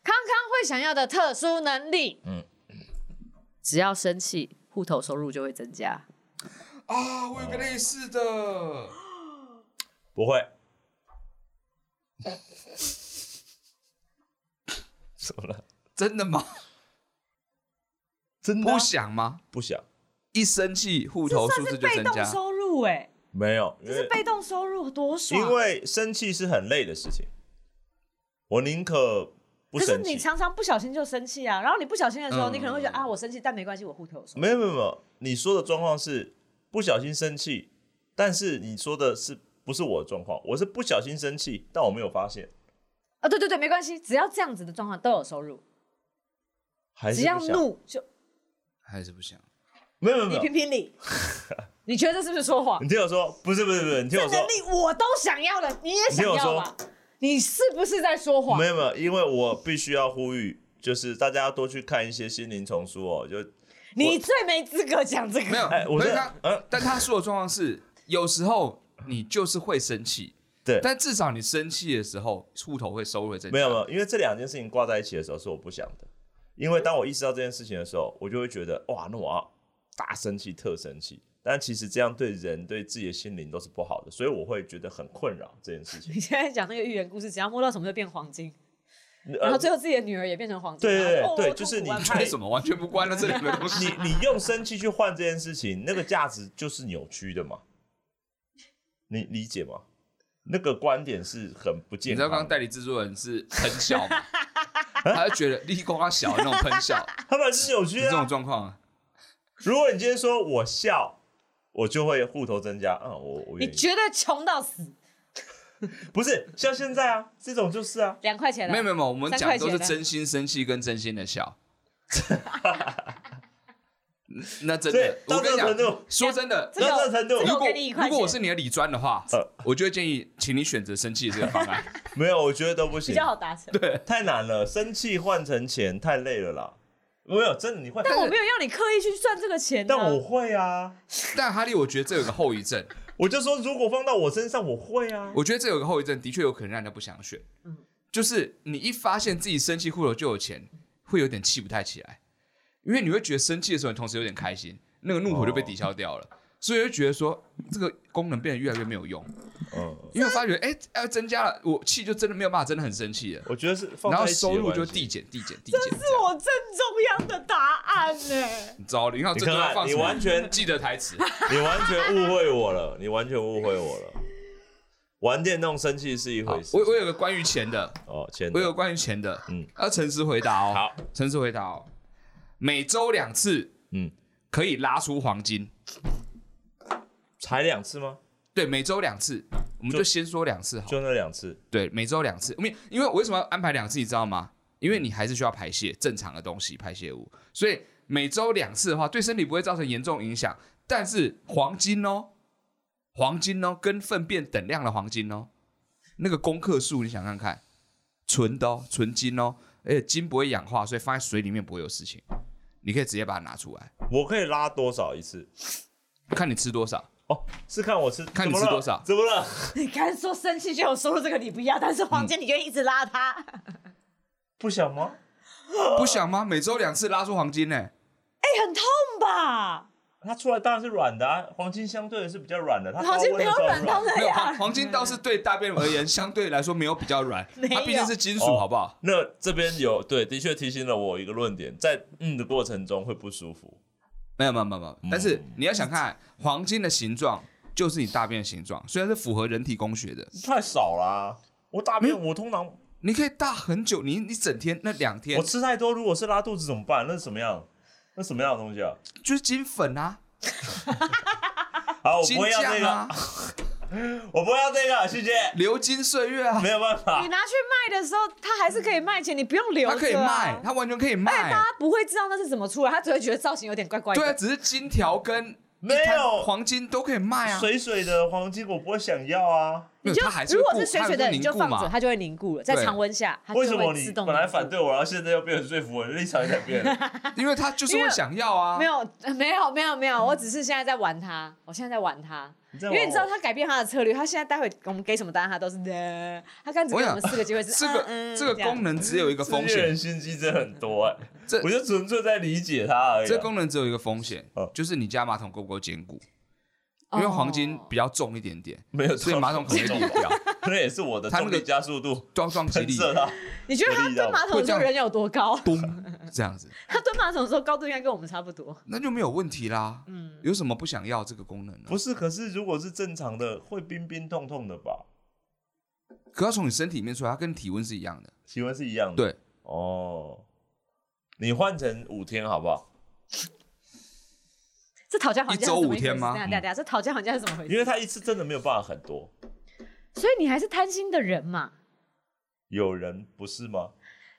Speaker 3: 康康会想要的特殊能力，
Speaker 2: 嗯
Speaker 3: 嗯，只要生气，户头收入就会增加。
Speaker 1: 啊，我有个类似的，
Speaker 2: 不会。怎么了？
Speaker 1: 真的吗？
Speaker 2: 真啊
Speaker 1: 不想吗？
Speaker 2: 不想，
Speaker 1: 一生气，户头数字就增加。
Speaker 3: 入哎、
Speaker 2: 没有，因
Speaker 3: 这是
Speaker 2: 为
Speaker 3: 被动收入，多爽！
Speaker 2: 因为生气是很累的事情，我宁可不
Speaker 3: 可是
Speaker 2: 生
Speaker 3: 你
Speaker 2: 气。
Speaker 3: 常常不小心就生气啊，然后你不小心的时候，
Speaker 1: 嗯
Speaker 3: 你可能会觉得啊，我生气，但没关系，我户头有收入。
Speaker 2: 没有没有没有，你说的状况是不小心生气，但是你说的是不是我的状况？我是不小心生气，但我没有发现，
Speaker 3: 啊，对对对，没关系，只要这样子的状况都有收入，
Speaker 2: 还是
Speaker 3: 只要
Speaker 2: 不想
Speaker 3: 怒就
Speaker 1: 还是不想。
Speaker 2: 没有没有没
Speaker 3: 你
Speaker 2: 有
Speaker 3: 评，评理，你觉得这是不是说谎
Speaker 2: 你？听我说，不是不是不是，你听
Speaker 3: 这
Speaker 2: 我说
Speaker 3: 能，力我都想要了，你也
Speaker 2: 你听
Speaker 3: 想
Speaker 2: 我
Speaker 3: 要
Speaker 2: 说
Speaker 3: 吧？你是不是在说谎
Speaker 2: 没？有没有，因为我必须要呼吁，就是大家多去看一些心灵丛书哦，就
Speaker 3: 你最没资格讲这个。
Speaker 1: 没有，
Speaker 2: 哎，我
Speaker 1: 可
Speaker 2: 是
Speaker 1: 是他，
Speaker 2: 嗯，
Speaker 1: 但他说的状况是，有时候你就是会生气，
Speaker 2: 对，
Speaker 1: 但至少你生气的时候，户头会收回增加。
Speaker 2: 没有没有，因为这两件事情挂在一起的时候是我不想的，因为当我意识到这件事情的时候，我就会觉得哇，那我要大生气、特生气。但其实这样对人、对自己的心灵都是不好的，所以我会觉得很困扰这件事情。
Speaker 3: 你现在讲那个寓言故事，只要摸到什么就变黄金，然
Speaker 2: 呃
Speaker 3: 后，最后自己的女儿也变成黄金。
Speaker 2: 对对
Speaker 3: 然后
Speaker 2: 对
Speaker 3: 哦
Speaker 2: 对
Speaker 3: 我
Speaker 2: 就
Speaker 3: 痛
Speaker 2: 是
Speaker 3: 苦
Speaker 2: 你
Speaker 3: 万
Speaker 1: 为
Speaker 3: 分
Speaker 1: 什么完全不关了这两个东西？
Speaker 2: 你你用生气去换这件事情，那个价值就是扭曲的嘛？你理解吗？那个观点是很不
Speaker 1: 你
Speaker 2: 健
Speaker 1: 知道
Speaker 2: 康
Speaker 1: 刚刚
Speaker 2: 的。
Speaker 1: 代理制作人是喷笑 吗？他就觉得立功他小的那种喷笑，
Speaker 2: 他们是扭曲
Speaker 1: 是这
Speaker 2: 的
Speaker 1: 种
Speaker 2: 啊、
Speaker 1: 状况啊。
Speaker 2: 如果你今天说我笑，我就会户头增加。嗯，我我愿
Speaker 3: 你
Speaker 2: 意。
Speaker 3: 绝对穷到死，
Speaker 2: 不是像现在啊，这种就是啊，
Speaker 3: 两块钱了。
Speaker 1: 没有没有没有，我们讲的都是
Speaker 3: 三块钱的
Speaker 1: 真心生气跟真心的 笑。那真
Speaker 2: 对
Speaker 1: 的，
Speaker 2: 到
Speaker 1: 我跟
Speaker 2: 这
Speaker 1: 你
Speaker 2: 个程
Speaker 1: 讲
Speaker 2: 度，
Speaker 1: 说真的，
Speaker 3: 这个
Speaker 2: 到
Speaker 3: 我
Speaker 2: 这个程度
Speaker 3: 这
Speaker 1: 如
Speaker 3: 个我
Speaker 1: 果
Speaker 3: 给你一块
Speaker 1: 如
Speaker 3: 钱。
Speaker 1: 果我是你的理专的话
Speaker 2: 呃，
Speaker 1: 我就会建议，请你选择生气这个方 案。
Speaker 2: 没有，我觉得都不
Speaker 3: 比
Speaker 2: 行
Speaker 3: 较，好达成，
Speaker 2: 太难了。生气换成钱太累了啦。没有，真的你会，
Speaker 3: 但我没有要你刻意去赚这个钱、啊。
Speaker 2: 但我会啊。
Speaker 1: 但哈利，我觉得这有个后遗症，
Speaker 2: 我就说，如果放到我身上，我会啊。
Speaker 1: 我觉得这有个后遗症，的确有可能让人家不想选。就是你一发现自己生气户头就有钱，会有点气不太起来，因为你会觉得生气的时候，你同时有点开心，那个怒火就
Speaker 2: 哦
Speaker 1: 被抵消掉了，所以就觉得说这个功能变得越来越没有用。
Speaker 2: 嗯，
Speaker 1: 因为我发觉，哎、要增加了，我气就真的没有办法，真的很生气了。
Speaker 2: 我觉得是放
Speaker 1: 然
Speaker 2: 在
Speaker 1: 后
Speaker 2: 一起的
Speaker 1: 收入就
Speaker 2: 关系
Speaker 1: 递减、递减、递减，
Speaker 4: 是我正中央的答案呢、
Speaker 1: 你知道？你看
Speaker 2: 你
Speaker 1: 这
Speaker 2: 看
Speaker 1: 段
Speaker 2: 看
Speaker 1: 要放
Speaker 2: 你
Speaker 1: 什么
Speaker 2: 完全
Speaker 1: 记得台词，
Speaker 2: 你完全误会我了，你完全误会我了。玩电动生气是一
Speaker 1: 好
Speaker 2: 回事。
Speaker 1: 我我有个关于钱的，
Speaker 2: 哦，钱
Speaker 1: 我有个关于钱的，
Speaker 2: 嗯
Speaker 1: 嗯，要诚实回答哦。
Speaker 2: 好，
Speaker 1: 诚实回答哦。每周两次，
Speaker 2: 嗯
Speaker 1: 嗯，可以拉出黄金。
Speaker 2: 才两次吗？
Speaker 1: 对，每周两次，我们
Speaker 2: 就
Speaker 1: 就先说两次好了。
Speaker 2: 就那两次。
Speaker 1: 对，每周两次。因为因为我为什么要安排两次，你知道吗？因为你还是需要排泄正常的东西，排泄物。所以每周两次的话，对身体不会造成严重影响。但是黄金哦，黄金哦，跟粪便等量的黄金哦，那个公克数，你想看看，纯的哦，纯金哦，而且金不会氧化，所以放在水里面不会有事情。你可以直接把它拿出来，
Speaker 2: 我可以拉多少一次？
Speaker 1: 看你吃多少。
Speaker 2: 哦，是看我吃，
Speaker 1: 看你
Speaker 2: 怎么了
Speaker 1: 吃多少
Speaker 2: 怎么了？
Speaker 4: 你刚才说生气就有收入这个你不要，但是黄
Speaker 1: 嗯
Speaker 4: 金你就一直拉他。
Speaker 3: 哎
Speaker 2: 不想吗？
Speaker 1: 不想吗？每周两次拉出黄金呢、
Speaker 4: 哎、很痛吧？
Speaker 2: 它出来当然是软的啊，黄金相对的是比较软的，它
Speaker 4: 黄金没有
Speaker 2: 高温的时
Speaker 4: 软
Speaker 2: 候
Speaker 4: 到
Speaker 1: 没
Speaker 4: 那
Speaker 3: 哎
Speaker 1: 有黄
Speaker 4: 样，
Speaker 1: 黄金倒是对大便而言相对来说没有比较软，
Speaker 3: 没有
Speaker 1: 它毕竟是金属，
Speaker 2: 哦
Speaker 1: 好不好？
Speaker 2: 那这边有对，的确提醒了我一个论点，在嗯的过程中会不舒服。
Speaker 1: 没有没有没有没有，
Speaker 2: 嗯
Speaker 1: 但是你要想看黄金的形状。就是你大便的形状，虽然是符合人体工学的，
Speaker 2: 太少啦、我大便我通常
Speaker 1: 你可以大很久，你你整天那两天
Speaker 2: 我吃太多，如果是拉肚子怎么办？那是什么样？那什么样的东西啊？
Speaker 1: 就是金粉啊，
Speaker 2: 好，我
Speaker 1: 金
Speaker 2: 不会要这
Speaker 1: 酱
Speaker 2: 个，
Speaker 1: 啊，
Speaker 2: 我不会要这个，谢 谢。
Speaker 1: 流金岁月啊
Speaker 2: 没，有办法
Speaker 4: 你，拿去卖的时候，它还是可以卖钱，你不用留、
Speaker 1: 它
Speaker 4: 着
Speaker 1: 可以
Speaker 4: 啊
Speaker 1: 卖，它完全可以
Speaker 3: 哎
Speaker 1: 卖。
Speaker 4: 大家不会知道那是怎么出来，他只会觉得造型有点怪怪的。
Speaker 1: 哎对啊，只是金条跟
Speaker 2: 没有
Speaker 1: 一滩黄金都可以卖啊。
Speaker 2: 水水的黄金我不会想要啊。
Speaker 1: 没有
Speaker 3: 就
Speaker 1: 它还是
Speaker 3: 如果
Speaker 1: 固
Speaker 3: 是水
Speaker 1: 它
Speaker 3: 水的，
Speaker 1: 还是
Speaker 3: 你
Speaker 1: 凝
Speaker 3: 就
Speaker 1: 固
Speaker 3: 放
Speaker 1: 嘛
Speaker 3: 着，它就会凝固了。在
Speaker 1: 对
Speaker 3: 常温下，它就
Speaker 2: 为什么
Speaker 3: 会
Speaker 2: 你
Speaker 3: 自动
Speaker 2: 本来
Speaker 3: 凝固
Speaker 2: 反对我，然后现在又变成说服我，立场也改变 了？
Speaker 1: 因为他就是会想要啊。
Speaker 3: 没有， 呃没有，没有，没有，我只是现在在玩它，我现在在玩它，
Speaker 2: 你在
Speaker 3: 因
Speaker 2: 玩我
Speaker 3: 为你知道他改变他的策略，他现在待会我们给什么答案，他都是的，他刚才只给我们四个机会是
Speaker 1: 这个、
Speaker 3: 嗯嗯
Speaker 1: 这个
Speaker 3: 样
Speaker 1: 功能只有一个风
Speaker 2: 这些人
Speaker 1: 险，
Speaker 2: 心机真的很多哎、
Speaker 1: 这
Speaker 2: 我就纯粹在理解他而已啊、
Speaker 1: 这功能只有一个风险
Speaker 2: 哦，
Speaker 1: 就是你家马桶够不够坚固？
Speaker 3: 哦
Speaker 1: 因为黄金比较重一点点，
Speaker 2: 没有，
Speaker 1: 所以马桶可能会裂掉，
Speaker 2: 那也是我的
Speaker 1: 他那
Speaker 2: 重
Speaker 1: 个
Speaker 2: 力加速度
Speaker 1: 撞撞击
Speaker 2: 喷
Speaker 1: 力
Speaker 2: 射它。
Speaker 3: 你觉得他蹲马桶的时候人有多高？
Speaker 1: 咚这样子，
Speaker 3: 他蹲马桶的时候高度应该跟我们差不多。
Speaker 1: 那就没有问题啦。嗯，有什么不想要这个功能呢
Speaker 2: 不？是，可是如果是正常的，会冰冰痛痛的吧？
Speaker 1: 可它从你身体里面出来，它跟体温是一样的。
Speaker 2: 体温是一样的。
Speaker 1: 对，
Speaker 2: 哦，你换成五天好不好？
Speaker 3: 这讨价还价是
Speaker 1: 一周
Speaker 3: 怎
Speaker 1: 五
Speaker 3: 么
Speaker 1: 天吗嗯
Speaker 3: 一回事等一下等一下，这讨价还价是怎么回
Speaker 2: 因
Speaker 3: 事？
Speaker 2: 为他一次真的没有办法很多。
Speaker 3: 所以你还是贪心的人嘛？
Speaker 2: 有人不是吗？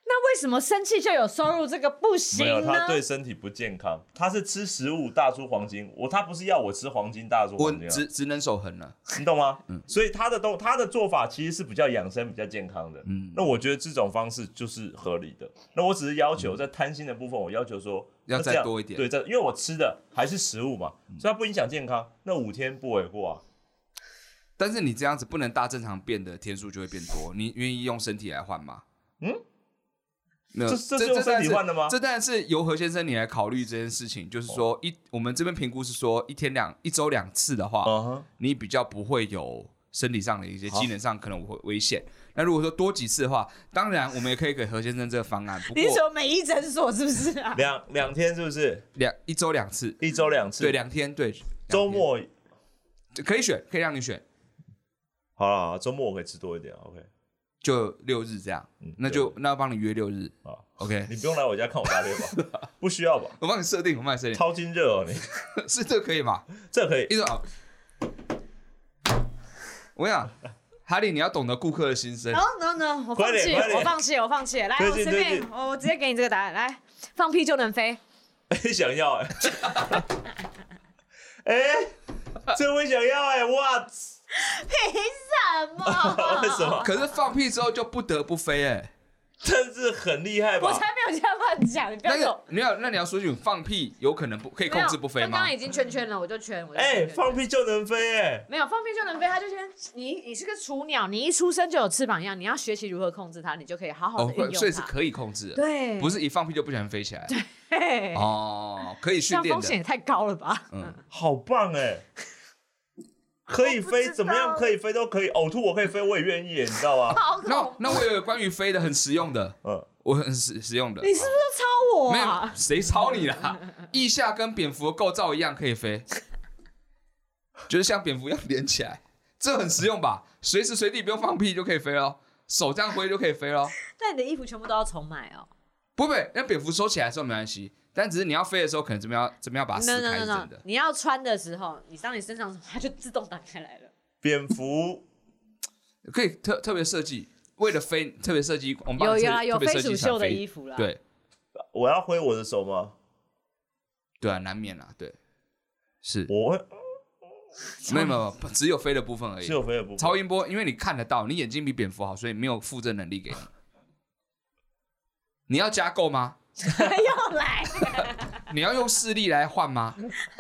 Speaker 3: 那为什么生气就有收入这个不
Speaker 2: 没有，
Speaker 3: 行呢
Speaker 2: 他？对身体不健康。他是吃食物大出黄金，我他不是要我吃黄金大出
Speaker 1: 我
Speaker 2: 黄金、啊，
Speaker 1: 职职能守恒了，
Speaker 2: 你懂吗？
Speaker 1: 嗯
Speaker 2: 所以他的动他的做法其实是比较养生、比较健康的。
Speaker 1: 嗯
Speaker 2: 那我觉得这种方式就是合理的。那我只是要求在贪心的部分，我要求说
Speaker 1: 嗯要
Speaker 2: 那
Speaker 1: 再
Speaker 2: 这样
Speaker 1: 多一点嗯
Speaker 2: 对，再因为我吃的还是食物嘛，所以它不影响健康，那五天不为过啊。
Speaker 1: 但是你这样子不能大正常变的天数就会变多，你愿意用身体来换吗？
Speaker 2: 嗯，
Speaker 1: 那
Speaker 2: 这这是用身体换的吗
Speaker 1: 呃这当然是由何先生你来考虑这件事情，就是说一我们这边评估是说一天两一周两次的话，
Speaker 2: 嗯哼，
Speaker 1: 你比较不会有身体上的一些机能上可能会危险。那如果说多几次的话，当然我们也可以给何先生这个方案，不
Speaker 4: 你是
Speaker 1: 过
Speaker 4: 说美医诊所是不是啊？
Speaker 2: 两两天是不是？
Speaker 1: 两一周两次，
Speaker 2: 一周两次，
Speaker 1: 对，两天对，两天
Speaker 2: 周末
Speaker 1: 可以选，可以让你选，
Speaker 2: 好了，好啦周末我可以吃多一点，OK
Speaker 1: 就六日这样，
Speaker 2: 嗯
Speaker 1: 那就那帮你约六日
Speaker 2: 好，
Speaker 1: ，OK。
Speaker 2: 你不用来我家看我大便 吧？不需要吧？
Speaker 1: 我帮你设定，我帮你设定，
Speaker 2: 超金热哦，你
Speaker 1: 是这个可以吗？
Speaker 2: 这可以
Speaker 1: 一。种，我跟你讲，哈利，你要懂得顾客的心声。
Speaker 3: No no no！我哦放
Speaker 2: 快
Speaker 3: 弃，
Speaker 2: 点快点
Speaker 3: 我放弃，我放弃。来，
Speaker 2: 推
Speaker 3: 我
Speaker 2: 进
Speaker 3: 随
Speaker 2: 推
Speaker 3: 便
Speaker 2: 进，
Speaker 3: 我我直接给你这个答案。来，放屁就能飞。
Speaker 2: 想要哎、哎、这我想要哎、哇，
Speaker 3: 什么？
Speaker 2: 为 什么？
Speaker 1: 可是放屁之后就不得不飞哎、
Speaker 2: 真是很厉害
Speaker 3: 我
Speaker 2: 吧？
Speaker 3: 才没有这样乱讲，你不要
Speaker 1: 那
Speaker 3: 走
Speaker 1: 个。你要那你要说句放屁有可能不可以控制不飞
Speaker 3: 没有刚
Speaker 1: 吗
Speaker 3: 刚？已经圈圈了，我就圈。我就
Speaker 2: 哎、
Speaker 3: 圈圈
Speaker 2: 放屁就能飞哎、
Speaker 3: 没有放屁就能飞，它就先你你是个雏鸟，你一出生就有翅膀一样，你要学习如何控制它，你就可以好好
Speaker 1: 哦
Speaker 3: 的运用，它。
Speaker 1: 所以是可以控制的，
Speaker 3: 对，
Speaker 1: 不是一放屁就不小心飞起来
Speaker 3: 嘿
Speaker 1: 哦，可以
Speaker 3: 这
Speaker 1: 训
Speaker 3: 样
Speaker 1: 练
Speaker 3: 风险也
Speaker 1: 的。
Speaker 3: 太高了吧？
Speaker 1: 嗯，
Speaker 2: 好棒哎、可以飞，怎么样？可以飞都可以，呕吐我可以飞，我也愿意、哎你知道 吗？
Speaker 3: 好恐
Speaker 1: 那
Speaker 3: 怖
Speaker 1: 我！那我有关于飞的很实用的，
Speaker 2: 嗯，
Speaker 1: 我很实实用的。
Speaker 3: 你是不是要抄我
Speaker 1: 没有
Speaker 3: 啊？
Speaker 1: 谁抄你啦？腋下跟蝙蝠的构造一样可以飞，就是像蝙蝠一样连起来，这很实用吧？随时随地不用放屁就可以飞咯，手这样挥就可以飞咯。
Speaker 3: 但你的衣服全部都要重买哦。
Speaker 1: 不不，那蝙蝠收起来的时候没关系，但只是你要飞的时候，可能怎么样怎么样把它
Speaker 3: no
Speaker 1: 撕开
Speaker 3: no no
Speaker 1: 啊是
Speaker 3: no，
Speaker 1: 真的。
Speaker 3: 你要穿的时候，你当你身上的时候它就自动打开来了。
Speaker 2: 蝙蝠
Speaker 1: 可以特特别设计，为了飞特别设计，我们帮
Speaker 3: 有
Speaker 1: 你
Speaker 3: 有啊，
Speaker 1: 特
Speaker 3: 有
Speaker 1: 特别设计
Speaker 3: 鼠
Speaker 1: 一
Speaker 3: 袖
Speaker 1: 场
Speaker 3: 的
Speaker 1: 飞
Speaker 3: 衣服啦。，啊
Speaker 1: 对
Speaker 2: 我要挥我的手吗？
Speaker 1: 对啊，难免啦，对，是
Speaker 2: 我会
Speaker 1: 没有没有，没有只有飞的部分而已
Speaker 2: 是。有飞的不？
Speaker 1: 超音波，因为你看得到，你眼睛比蝙蝠好，所以没有附赠能力给你。 你要加购吗？
Speaker 3: 又来，
Speaker 1: 你要用视力来换吗？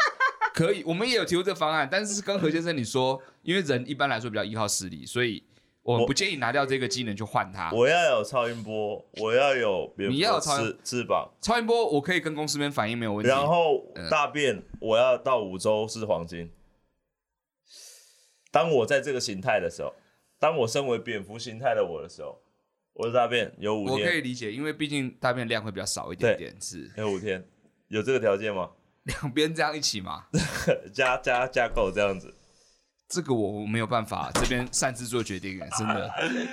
Speaker 1: 可以，我们也有提出这方案，但是跟何先生你说，因为人一般来说比较依靠实力，所以我们
Speaker 2: 我
Speaker 1: 不建议拿掉这个技能去换它。
Speaker 2: 我要有超音波，我要有蝙
Speaker 1: 你要有
Speaker 2: 蝠
Speaker 1: 超音
Speaker 2: 翅翅膀，
Speaker 1: 超音波我可以跟公司们反映没有问题。
Speaker 2: 然后
Speaker 1: 嗯
Speaker 2: 大便我要到五周是黄金。当我在这个形态的时候，当我身为蝙蝠形态的我的时候，我的大便有五
Speaker 1: 我可以
Speaker 2: 天，
Speaker 1: 理解，因为毕竟大便量会比较少一点点，是
Speaker 2: 有五天，有这个条件吗？
Speaker 1: 两边这样一起嘛。
Speaker 2: 加加加购这样子，
Speaker 1: 这个我我没有办法，这边擅自做决定，真的，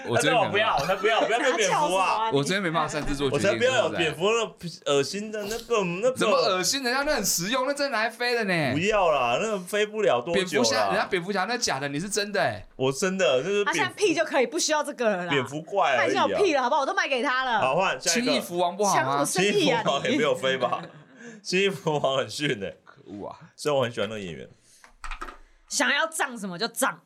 Speaker 1: 我这
Speaker 2: 哎那
Speaker 1: 边
Speaker 2: 我不
Speaker 1: 没有
Speaker 2: 要，
Speaker 1: 办法
Speaker 2: 我才不要，我不要变蝙蝠啊！
Speaker 1: 我这边没办法擅自做
Speaker 2: 我
Speaker 1: 决定，
Speaker 2: 才不要有
Speaker 1: 真的
Speaker 2: 蝙蝠那恶心的那个那
Speaker 1: 啊怎么
Speaker 2: 个，
Speaker 1: 恶心？人家那很实用，那真的还飞的
Speaker 2: 不
Speaker 1: 呢。
Speaker 2: 要啦，那个飞不了多
Speaker 1: 蝙
Speaker 2: 久
Speaker 1: 蝠侠，人家
Speaker 2: 啦。
Speaker 1: 蝙蝠侠那假的，你是真的哎、
Speaker 2: 我真的就是
Speaker 4: 他现
Speaker 2: 蝙
Speaker 4: 在屁就可以，不需要这个了啦。
Speaker 2: 蝙蝠怪
Speaker 4: 他
Speaker 2: 而
Speaker 4: 已
Speaker 2: 已
Speaker 4: 经有屁了，
Speaker 2: 啊。
Speaker 4: 好不好？我都卖给他了。
Speaker 2: 好，换下一
Speaker 1: 轻
Speaker 2: 个
Speaker 1: 易。蝠王不好
Speaker 4: 抢
Speaker 1: 吗
Speaker 4: 我？生
Speaker 2: 新
Speaker 4: 意
Speaker 2: 衣
Speaker 4: 啊
Speaker 2: 服王也
Speaker 4: 你
Speaker 2: 没！有飞吧？ 新衣服王很逊的、
Speaker 1: 可恶啊！
Speaker 2: 虽然我很喜欢那个演员。
Speaker 3: 想要涨什么就涨，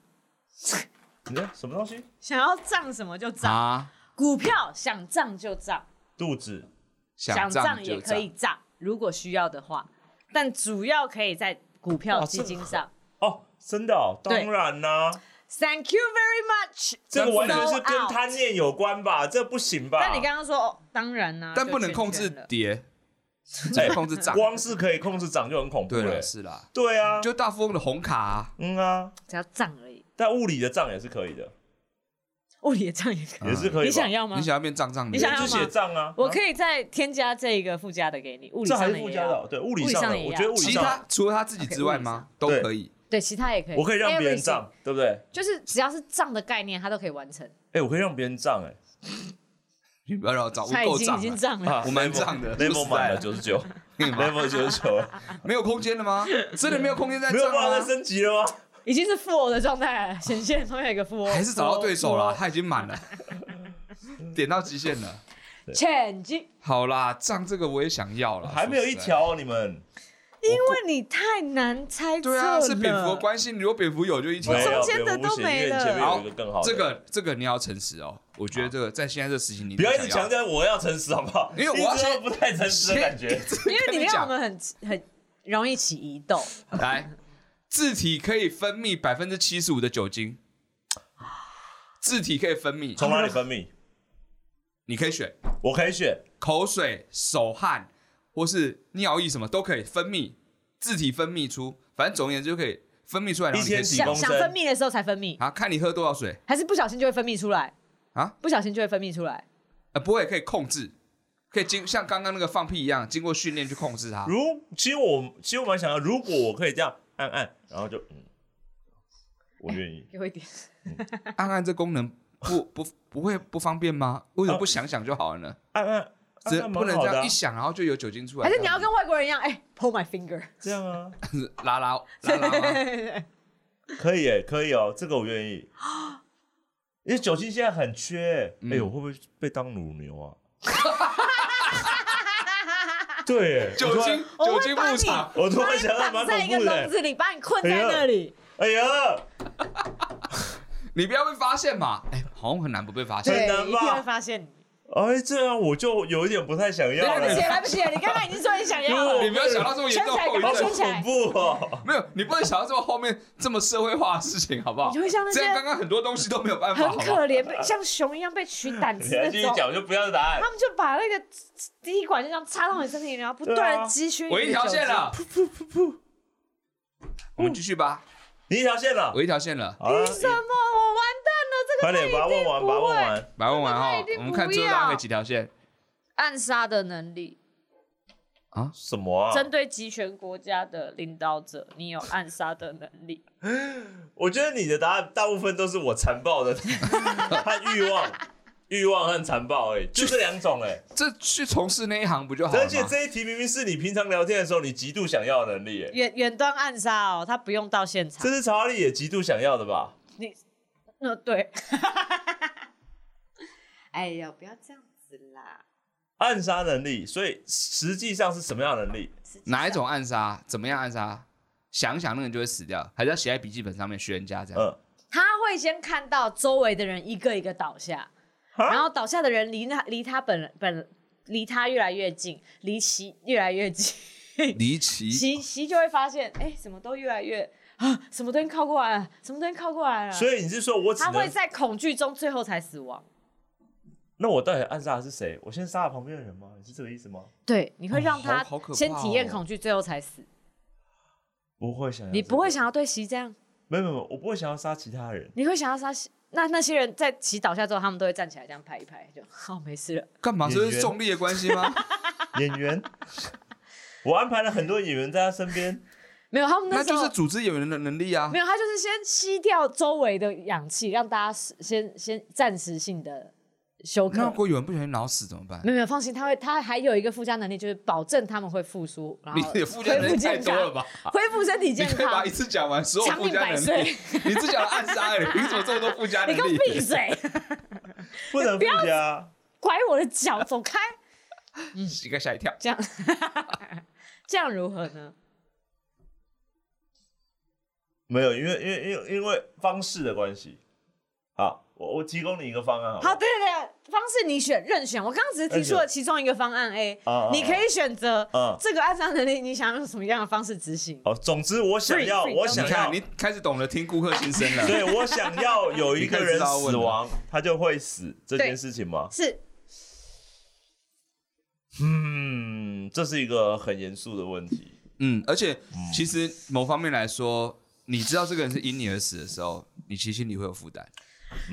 Speaker 2: 你看什么东西？
Speaker 3: 想要涨什么就涨，
Speaker 1: 啊，
Speaker 3: 股票想涨就涨，
Speaker 2: 肚子
Speaker 1: 想
Speaker 3: 涨
Speaker 1: 涨
Speaker 3: 也
Speaker 1: 就
Speaker 3: 可以涨，如果需要的话，但主要可以在股票
Speaker 2: 哇
Speaker 3: 基
Speaker 2: 这
Speaker 3: 金上。
Speaker 2: 哦，真的哦，
Speaker 3: 对
Speaker 2: 当然啦、
Speaker 3: Thank you very much。
Speaker 2: 这个完全是
Speaker 3: Sold
Speaker 2: 跟
Speaker 3: out
Speaker 2: 贪念有关吧？这不行吧？
Speaker 3: 但你刚刚说，哦、当然啦、
Speaker 1: 但
Speaker 3: 就
Speaker 1: 不能控制
Speaker 3: 圈圈了
Speaker 1: 跌，只
Speaker 2: 哎
Speaker 1: 能控制涨。
Speaker 2: 光是可以控制涨就很恐怖
Speaker 1: 对
Speaker 2: 了、
Speaker 1: 了，是啦，
Speaker 2: 对啊，
Speaker 1: 就大富翁的红卡、啊，
Speaker 2: 嗯啊，
Speaker 3: 只要涨而已，
Speaker 2: 但物理的涨也是可以的，
Speaker 3: 物理的涨也
Speaker 1: 啊
Speaker 3: 可以。
Speaker 2: 也是可以吧。
Speaker 3: 你想要吗
Speaker 1: 你？想要变胀胀的，
Speaker 3: 你想要
Speaker 2: 就
Speaker 3: 吗
Speaker 2: 写账啊？
Speaker 3: 我可
Speaker 2: 以，
Speaker 3: 以再添加这个附加的给你，物理
Speaker 2: 这
Speaker 3: 上
Speaker 2: 还
Speaker 3: 的
Speaker 2: 是
Speaker 3: 也
Speaker 2: 附加
Speaker 3: 要
Speaker 2: 的哦，对，物理
Speaker 3: 物理
Speaker 2: 上
Speaker 3: 上
Speaker 2: 的，
Speaker 3: 的也
Speaker 2: 我觉得
Speaker 3: 要
Speaker 2: 物理
Speaker 1: 其
Speaker 2: 上
Speaker 1: 他除了他自己之外吗？都
Speaker 2: 对
Speaker 1: 可以。
Speaker 3: 对，其他也可以。
Speaker 2: 我可以让别人
Speaker 3: Everything
Speaker 2: 涨，对不对？
Speaker 3: 就是只要是账的概念，它都可以完成。
Speaker 2: 哎、我可以让别人涨、哎。
Speaker 1: 你不要让我啊涨，我
Speaker 3: 它已
Speaker 1: 够
Speaker 3: 经
Speaker 1: 胀
Speaker 3: 已经
Speaker 1: 了，
Speaker 3: 涨了，
Speaker 2: 啊
Speaker 1: 我蛮胀的
Speaker 2: level
Speaker 1: 说实在
Speaker 2: 满
Speaker 1: 的
Speaker 2: 了九十九
Speaker 1: 可以吗
Speaker 2: ，level 九十九，
Speaker 1: 没有空间了吗？真的没有空间
Speaker 3: 啊
Speaker 1: 再
Speaker 2: 没有
Speaker 1: 涨
Speaker 2: 办法再
Speaker 1: 吗？
Speaker 2: 升级了吗？
Speaker 3: 已经是富翁的状态了，显现中有一个富翁，
Speaker 1: 还是找到对 手
Speaker 2: 哦
Speaker 1: 了，
Speaker 3: 富
Speaker 1: 他已经满了，点到极限了。
Speaker 3: 翁。前进，
Speaker 1: 好啦，胀这个我也想要了，
Speaker 2: 还没有
Speaker 1: 说
Speaker 2: 一
Speaker 1: 实在的。
Speaker 2: 条哦，你们
Speaker 3: 因为你太难猜测
Speaker 1: 对
Speaker 3: 了。
Speaker 1: 啊，是蝙蝠的关系，如果蝙蝠有就一条
Speaker 2: 没。有
Speaker 3: 中间的都没了
Speaker 2: 因为前面有一个更好的，
Speaker 1: 这个这个你要诚实哦，我觉得这个在现在这个时期你
Speaker 2: 不要一直
Speaker 1: 想
Speaker 2: 强调我要诚实好不好？
Speaker 1: 因为我要
Speaker 2: 一直都
Speaker 1: 先
Speaker 2: 不太诚实的感觉。
Speaker 3: 因为你
Speaker 1: 跟你
Speaker 3: 看
Speaker 1: 讲
Speaker 3: 我们很很容易起疑窦，
Speaker 1: 来，自体可以分泌百分之七十五的酒精，自体可以分泌，
Speaker 2: 从哪里分泌？
Speaker 1: 你可以选
Speaker 2: 我可以选
Speaker 1: 口水、手汗或是尿液什么都可以分泌，自体分泌出，反正总而言之就可以分泌出来。然后你可以
Speaker 2: 一天几
Speaker 1: 吃
Speaker 2: 公
Speaker 3: 想
Speaker 2: 升
Speaker 3: 想分泌的时候才分泌，
Speaker 1: 啊，看你喝多少水
Speaker 3: 还是不小心就会分泌出来
Speaker 1: 啊？
Speaker 3: 不小心就会分泌出来。
Speaker 1: 呃，不会可以控制，可以经像刚刚那个放屁一样，经过训练去控制它。
Speaker 2: 如，其实我其实我蛮想要，如果我可以这样按按，然后就嗯，我愿意。
Speaker 3: 给我一点，
Speaker 1: 按按这功能不 不不会不方便吗？为什么不想想就好了呢？
Speaker 2: 按按按
Speaker 1: 只
Speaker 2: 按
Speaker 1: 不
Speaker 2: 蛮
Speaker 1: 能
Speaker 2: 好
Speaker 1: 这
Speaker 2: 的
Speaker 1: 样
Speaker 2: 啊
Speaker 1: 一，想，然后就有酒精出来。
Speaker 3: 还是你要跟外国人一样，哎，pull my finger，
Speaker 2: 这样啊，
Speaker 1: 嗯拉拉 拉拉吗？
Speaker 2: 可以诶，可以哦，这个我愿 意。因为酒精现在很缺欸，
Speaker 3: 嗯
Speaker 2: 哎呦，我会不会被当乳牛啊？ 对欸，
Speaker 1: 酒
Speaker 2: 我突然
Speaker 1: 精酒精牧场，
Speaker 2: 我突然想到蛮
Speaker 3: 绑在
Speaker 2: 恐
Speaker 3: 一个
Speaker 2: 怖的
Speaker 3: 笼
Speaker 2: 欸。
Speaker 3: 子里，把你困在那里。
Speaker 2: 哎呀，
Speaker 1: 你不要被发现嘛！哎，好像很难不被发现。
Speaker 2: 很难
Speaker 3: 对，一定
Speaker 2: 吧
Speaker 3: 会发现你。
Speaker 2: 哎，这样我就有一点不太想要
Speaker 3: 来不及了，
Speaker 2: 了，
Speaker 3: 来不及了！你刚刚已经说你想要了
Speaker 1: 哎你，不要想到这么严重的后遗
Speaker 2: 好
Speaker 3: 圈起来
Speaker 1: 症
Speaker 3: 圈，起来
Speaker 2: 恐怖 哦！
Speaker 1: 没有，你不能想到这么后面这么社会化的事情，好不好
Speaker 3: 你就？会像那
Speaker 1: 这样
Speaker 3: 些
Speaker 1: 刚刚很多东西都没有办法，
Speaker 3: 很
Speaker 1: 好不好
Speaker 3: 可？怜，被像熊一样被取胆
Speaker 2: 你
Speaker 3: 汁
Speaker 2: 还
Speaker 3: 那
Speaker 2: 继续
Speaker 3: 种。
Speaker 2: 讲，我就不要答 案
Speaker 3: 他。们就把那个滴管就这样插到你身体里，然后不
Speaker 2: 对啊
Speaker 3: 断的汲取。
Speaker 1: 我一条线了，，我们继续吧，
Speaker 2: 你一条线了，
Speaker 1: 我一条线了，
Speaker 2: 好了，
Speaker 3: 什么？我完蛋了！这
Speaker 2: 快
Speaker 3: 个
Speaker 2: 点把它问完，
Speaker 3: 不
Speaker 2: 把它问
Speaker 3: 会
Speaker 2: 完。
Speaker 1: 把它问完
Speaker 3: 这个他
Speaker 1: 哈
Speaker 3: 一定，
Speaker 1: 我们看
Speaker 3: 不
Speaker 1: 最后
Speaker 3: 要
Speaker 1: 大概几条线。
Speaker 3: 暗杀的能力，
Speaker 2: 什么啊？
Speaker 3: 针对集权国家的领导者，你有暗杀的能力。
Speaker 2: 我觉得你的答案大部分都是我残暴 的和欲望、欲望和残暴，哎，就这两种，哎。
Speaker 1: 这去从事那一行不就好了
Speaker 2: 而且
Speaker 1: 吗？
Speaker 2: 这一题明明是你平常聊天的时候你极度想要的能力，哎，
Speaker 3: 远远端暗杀哦，他不用到现场
Speaker 2: 这。是查理也极度想要的吧？
Speaker 3: 你，那对。 哎呦，不要这样子啦！
Speaker 2: 暗杀能力，所以实际上是什么样的能力？
Speaker 1: 哪一种暗杀？怎么样暗杀？想想那个人就会死掉，还是要写在笔记本上面学人家这样？
Speaker 2: 嗯，
Speaker 3: 他会先看到周围的人一个一个倒下，
Speaker 2: 啊
Speaker 3: 然后倒下的人离那离他本本离他越来越近，离其越来越近。
Speaker 1: 离奇，
Speaker 4: 习习就会发现，哎，怎么都越来越啊，什么东西靠过来了，什么东西靠过来了，
Speaker 2: 所以你是说我只
Speaker 3: 嗯他会
Speaker 2: 能？
Speaker 3: 在恐惧中最后才死亡。
Speaker 2: 那我到底暗杀的是谁？我先杀了旁边的人吗？你是这个意思吗？
Speaker 3: 对，你会让
Speaker 1: 哦
Speaker 3: 他
Speaker 1: 好好可怕
Speaker 3: 先体验
Speaker 1: 哦
Speaker 3: 恐惧，最后才死。
Speaker 2: 不会想要这个，
Speaker 3: 你不会想要对席这样，
Speaker 2: 没有，没有没有，我不会想要杀其他 人。
Speaker 3: 你会想要杀席。那那些人在席倒下之后，他们都会站起来这样拍一拍，就好、没事了。
Speaker 1: 干嘛？
Speaker 2: 演员
Speaker 1: 这是重力的关系 吗？
Speaker 2: 演员，我安排了很多演员在他身 边，
Speaker 3: 没有，他们
Speaker 1: 那
Speaker 3: 时
Speaker 1: 就
Speaker 3: 候
Speaker 1: 是组织演员的能力啊
Speaker 3: 没。有，他就是先吸掉周围的氧气，让大家是先先暂时性的休克。
Speaker 1: 那如果有人不小心脑死怎么办
Speaker 3: 没？有没有，放心，他会，他还有一个附加能力，就是保证他们会复苏，然
Speaker 1: 你
Speaker 3: 后
Speaker 1: 的附加能
Speaker 3: 恢
Speaker 1: 力
Speaker 3: 复
Speaker 1: 太
Speaker 3: 健
Speaker 1: 多
Speaker 3: 康，
Speaker 1: 了吧？
Speaker 3: 恢复身体
Speaker 1: 你
Speaker 3: 健
Speaker 1: 可以把
Speaker 3: 康
Speaker 1: 一。次讲完所有
Speaker 3: 长
Speaker 1: 附
Speaker 3: 命
Speaker 1: 加
Speaker 3: 百
Speaker 1: 能力
Speaker 3: 岁，
Speaker 1: 你只讲了暗杀而已，你怎么这么多附加能
Speaker 3: 你给我
Speaker 1: 力？
Speaker 3: 闭嘴，
Speaker 2: 不能附加。
Speaker 3: 拐我的脚，走开！
Speaker 1: 一个吓一跳。
Speaker 3: 这样，这样如何呢？
Speaker 2: 没有，因为因为因为因为方式的关系。好，我我提供你一个方案好不
Speaker 3: 好，对对对，方式你选任选。我刚刚只是提出了其中一个方案 A，
Speaker 2: 啊啊啊
Speaker 3: 你可以选择
Speaker 2: 啊
Speaker 3: 这个暗杀能力，你想用什么样的方式执行？
Speaker 2: 好，哦总之我想要，
Speaker 3: Free，free，
Speaker 2: 我
Speaker 1: 你
Speaker 2: 想要
Speaker 1: 看，，你开始懂得听顾客心声了。
Speaker 2: 对我想要有一个人死亡，他就会死这件事情吗？
Speaker 3: 是
Speaker 2: 嗯，这是一个很严肃的问题。
Speaker 1: 嗯，而且其实某方面来说，你知道这个人是因你而死的时候，你其实心里会有负担。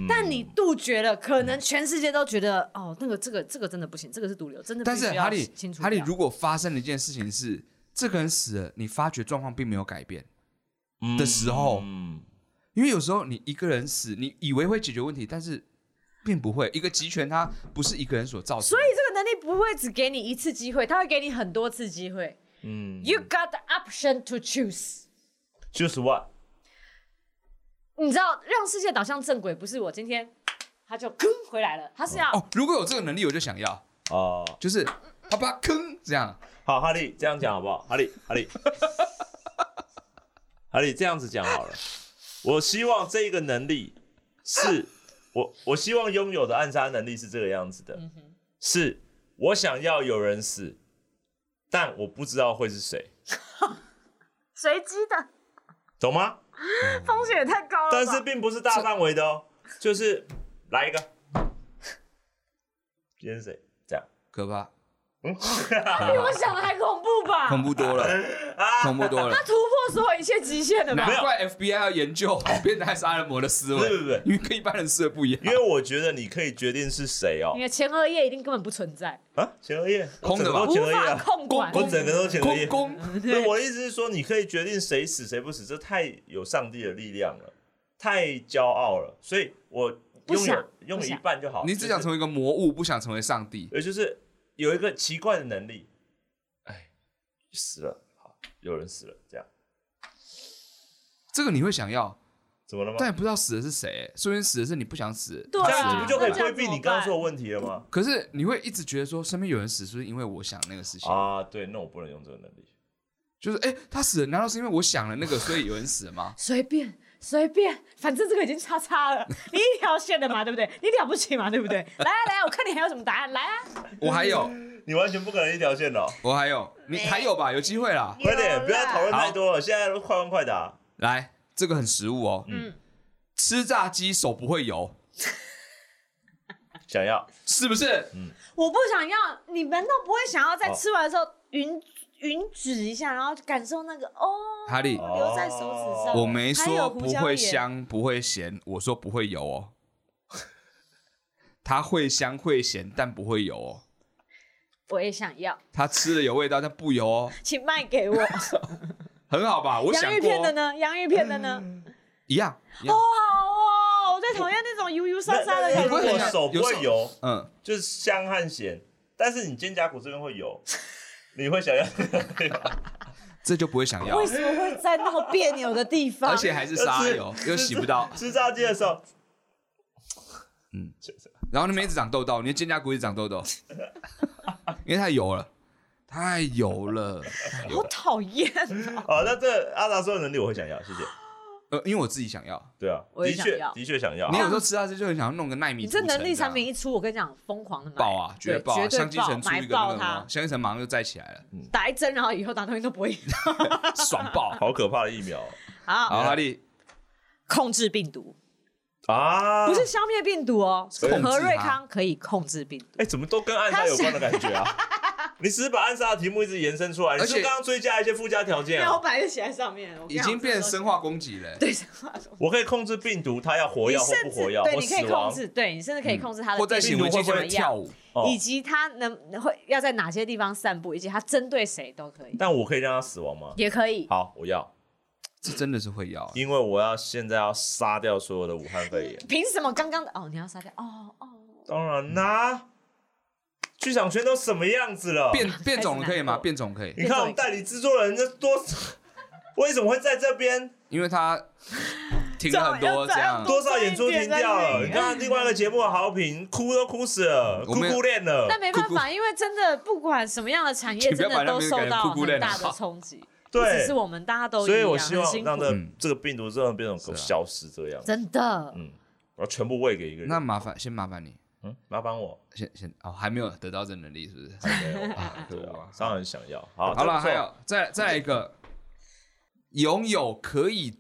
Speaker 3: 但你杜绝了，可能全世界都觉得哦，那个这个这个真的不行，这个是毒瘤，真的必
Speaker 1: 但
Speaker 3: 须要
Speaker 1: 是哈利
Speaker 3: 清，除
Speaker 1: 哈利
Speaker 3: 掉
Speaker 1: 如果发生了一件事情是这个人死了，你发觉状况并没有改变，
Speaker 2: 嗯
Speaker 1: 的时候
Speaker 2: 嗯，
Speaker 1: 因为有时候你一个人死，你以为会解决问题，但是并不会。一个集权它不是一个人所造成
Speaker 3: 所
Speaker 1: 的
Speaker 3: 以。这个能力不会只给你一次机会，它会给你很多次机会。
Speaker 2: 嗯
Speaker 3: You got the option to choose。
Speaker 2: 就是 what？
Speaker 3: 你知道，让世界导向正轨，不是我今天他就 吭回来了，他是要、
Speaker 1: 哦，如果有这个能力，我就想要，
Speaker 2: 哦，
Speaker 1: 就是啪啪坑这样。
Speaker 2: 好，哈利这样讲好不好？哈利，哈利，哈利这样子讲好了。我希望这个能力是我我希望拥有的暗杀能力是这个样子
Speaker 1: 嗯
Speaker 2: 的，是我想要有人死，但我不知道会是谁，
Speaker 3: 随机的，
Speaker 2: 懂吗？
Speaker 3: 风险也太高了吧。
Speaker 2: 但是并不是大范围的哦，就是来一个，今天是谁？这样，
Speaker 1: 可怕，
Speaker 3: 比哎我想的还恐怖吧？
Speaker 1: 啊恐怖多了，恐怖多了。
Speaker 3: 突破所有一切极限的吧？
Speaker 1: 难怪 FBI 要研 究变态杀人魔的思
Speaker 2: 不是不
Speaker 1: 维，
Speaker 2: 是不是，
Speaker 1: 因为跟一般人思维不一样
Speaker 2: 因。为我觉得你可以决定是谁哦
Speaker 3: 你。的前额叶一定根本不存在，
Speaker 2: 啊，前额叶
Speaker 1: 空的吧
Speaker 2: 我
Speaker 3: 无
Speaker 2: 整个都前额叶
Speaker 3: 法
Speaker 2: 啊，
Speaker 3: 控管。
Speaker 2: 我整个都前额叶
Speaker 1: 公。公，
Speaker 2: 不是我的意思是说，你可以决定谁死谁不死，这太有上帝的力量了，太骄傲了。所以我
Speaker 3: 不
Speaker 2: 拥
Speaker 3: 想
Speaker 2: 有拥有
Speaker 3: 不
Speaker 2: 一
Speaker 3: 想
Speaker 2: 半就好。
Speaker 1: 你只想成为
Speaker 2: 为，
Speaker 1: 一个魔物，不想成为上帝。
Speaker 2: 也就是有一个奇怪的能力，哎，死了，好，有人死了，这样
Speaker 1: 这个你会想要，
Speaker 2: 怎么了吗？
Speaker 1: 但也不知道死的是谁，说不定死的是你不想死。
Speaker 3: 对
Speaker 2: 这
Speaker 3: 啊
Speaker 2: 样
Speaker 1: 他
Speaker 2: 子不
Speaker 1: 死
Speaker 2: 就
Speaker 1: 了
Speaker 2: 可以
Speaker 3: 那这样
Speaker 2: 规避
Speaker 3: 怎么
Speaker 2: 你刚刚
Speaker 3: 办？
Speaker 2: 说的问题了吗？
Speaker 1: 可是你会一直觉得说，身边有人死，是不是因为我想那个事情？
Speaker 2: 啊，对，那我不能用这个能力。
Speaker 1: 就是哎，诶他死了，难道是因为我想了那个，所以有人死了 吗
Speaker 3: 随便随便，反正这个已经叉叉了，你一条线的嘛，对不 对？你了不起嘛，对不对？来啊来啊，我看你还有什么答案，来啊！
Speaker 1: 我还有，
Speaker 2: 你完全不可能一条线的哦、
Speaker 1: 我还有，你还有吧？有机会啦！
Speaker 2: 快点，
Speaker 4: 有
Speaker 2: 不要
Speaker 4: 啦
Speaker 2: 讨论太多了，现在都快问快答。
Speaker 1: 来，这个很实物哦。
Speaker 3: 嗯
Speaker 1: 吃炸鸡手不会油，
Speaker 2: 想要
Speaker 1: 是不是？
Speaker 3: 我不想要，你们都不会想要在
Speaker 2: 哦
Speaker 3: 吃完的时候匀匀指一下，然后感受那个哦，
Speaker 1: 哈利
Speaker 3: 留在手指上。
Speaker 1: 我没
Speaker 3: 还有
Speaker 1: 说
Speaker 3: 胡
Speaker 1: 不
Speaker 3: 椒
Speaker 1: 会
Speaker 3: 盐
Speaker 1: 香不会咸，我说不会油哦。 它会香会咸，但不会油哦。
Speaker 3: 我也想要，
Speaker 1: 它吃了有味道，但不油哦，
Speaker 3: 请 卖给我。
Speaker 1: 很好 吧？我
Speaker 3: 洋
Speaker 1: 想
Speaker 3: 芋
Speaker 1: 过
Speaker 3: 片的
Speaker 1: 哦
Speaker 3: 呢？洋芋片的呢？
Speaker 1: 一样，一
Speaker 3: 哦
Speaker 1: 样，
Speaker 3: 好哦，我最讨厌那种油油沙沙的
Speaker 2: 那
Speaker 3: 感
Speaker 2: 如
Speaker 1: 不会
Speaker 2: 果
Speaker 1: 很
Speaker 3: 觉。
Speaker 1: 像
Speaker 2: 手不
Speaker 1: 有
Speaker 2: 会
Speaker 1: 手
Speaker 2: 油，
Speaker 1: 嗯，
Speaker 2: 就是香和咸，但是你肩胛骨这边会 油，你会想要，。
Speaker 1: 这就不会想要
Speaker 3: 为，什么会在那么别扭的地方？
Speaker 1: 啊而且还是沙油，又洗不到
Speaker 2: 吃炸鸡的时候，
Speaker 1: 然后那边一直长痘痘，你的肩胛骨一直长 痘痘，因为太油了，太油了。
Speaker 3: 好讨厌。
Speaker 2: 好，那这阿达说的能力我会想要，谢谢。
Speaker 1: 呃，因为我自己想要，
Speaker 2: 对啊，
Speaker 3: 我也
Speaker 2: 的
Speaker 3: 想
Speaker 2: 确
Speaker 3: 要
Speaker 2: 的确想要
Speaker 1: 你。有时候吃下去就很想要弄个纳米
Speaker 3: 你
Speaker 1: 涂层
Speaker 3: 这
Speaker 1: 样。
Speaker 3: 能力产品一出，我跟你讲，疯狂的买
Speaker 1: 啊爆啊，绝
Speaker 3: 对
Speaker 1: 爆、啊！
Speaker 3: 绝
Speaker 1: 香
Speaker 3: 对
Speaker 1: 精
Speaker 3: 爆，
Speaker 1: 城出
Speaker 3: 买
Speaker 1: 一个那
Speaker 3: 爆
Speaker 1: 个什么，，
Speaker 3: 它
Speaker 1: 香精城马上就载起来了，
Speaker 3: 打一针，然后以后打东西都不会。
Speaker 1: 爽 爆！
Speaker 2: 好可怕的疫苗哦
Speaker 3: 好，
Speaker 1: 好，哈利，
Speaker 3: 控制病毒，
Speaker 2: 啊！
Speaker 3: 不是，消灭病毒哦，
Speaker 1: 控制它
Speaker 3: 和瑞康可以控制病毒。
Speaker 2: 哎，怎么都跟暗杀有关的感觉 啊？你只是把暗杀的题目一直延伸出来，你
Speaker 1: 而
Speaker 2: 是不
Speaker 1: 且
Speaker 2: 是刚刚追加一些附加条件
Speaker 4: 没有，我
Speaker 2: 啊。
Speaker 4: 本来就写在上面了。我跟
Speaker 1: 已
Speaker 4: 你讲
Speaker 1: 经变生化攻击了、
Speaker 4: 对生化什么
Speaker 2: 我可以控制病毒，它要活
Speaker 3: 你
Speaker 2: 药或
Speaker 3: 甚
Speaker 2: 不
Speaker 3: 至
Speaker 2: 活药，
Speaker 3: 对，
Speaker 2: 或
Speaker 3: 你可以
Speaker 2: 死
Speaker 3: 控
Speaker 2: 亡。
Speaker 3: 制，对你甚至可以控制它
Speaker 1: 嗯
Speaker 3: 的
Speaker 1: 或在
Speaker 3: 病
Speaker 1: 行
Speaker 3: 毒
Speaker 1: 为
Speaker 3: 会
Speaker 1: 间
Speaker 3: 怎
Speaker 1: 会
Speaker 3: 么
Speaker 1: 跳
Speaker 3: 样，
Speaker 1: 舞，
Speaker 2: 哦
Speaker 3: 以及它能会要在哪些地方散布，以及它针对谁都可以，
Speaker 2: 但我可以让它死亡吗？
Speaker 3: 也可以。
Speaker 2: 好，我要，
Speaker 1: 这真的是会要、
Speaker 2: 因为我要现在要杀掉所有的武汉肺炎。
Speaker 3: 凭什么刚刚的哦，你要杀掉哦哦，
Speaker 2: 当然啦，剧场圈都什么样子了？
Speaker 1: 变变种
Speaker 3: 开始
Speaker 1: 可以
Speaker 3: 难
Speaker 1: 吗？
Speaker 3: 过
Speaker 1: 变种可以，
Speaker 2: 你看我们代理制作人这多， 为什么会在这边？
Speaker 1: 因为它停了很多
Speaker 4: 这
Speaker 1: 这
Speaker 4: 样
Speaker 1: 样。
Speaker 2: 多少演出停掉了？你看另外一个节目的好评，哭都哭死了，
Speaker 1: 我
Speaker 2: 哭
Speaker 1: 们
Speaker 2: 哭恋了。
Speaker 3: 嗯但没办法，因为真的不管什么样的产业，
Speaker 1: 请不要
Speaker 3: 真
Speaker 1: 把
Speaker 3: 的
Speaker 1: 那
Speaker 3: 都
Speaker 1: 边
Speaker 3: 受
Speaker 1: 改成
Speaker 3: 到
Speaker 1: 酷酷恋
Speaker 3: 很大
Speaker 1: 了
Speaker 3: 的冲击。不只
Speaker 2: 对
Speaker 3: 是，我们大家都一
Speaker 2: 所以
Speaker 3: 样，
Speaker 2: 我希
Speaker 3: 哦很
Speaker 2: 望
Speaker 3: 辛
Speaker 2: 让
Speaker 3: 苦
Speaker 2: 这
Speaker 1: 嗯
Speaker 2: 这个病毒真的变成
Speaker 1: 是啊
Speaker 2: 消失这样，
Speaker 3: 真的
Speaker 2: 嗯我要全部喂给一个
Speaker 1: 那
Speaker 2: 人。
Speaker 1: 麻烦先麻烦你，
Speaker 2: 嗯，麻烦我，
Speaker 1: 先先哦，还没有得到这能力是不是？
Speaker 2: 没有 啊对啊，当然想要。好，
Speaker 1: 好了，
Speaker 2: 这不错
Speaker 1: 还有再再来一个，拥有可以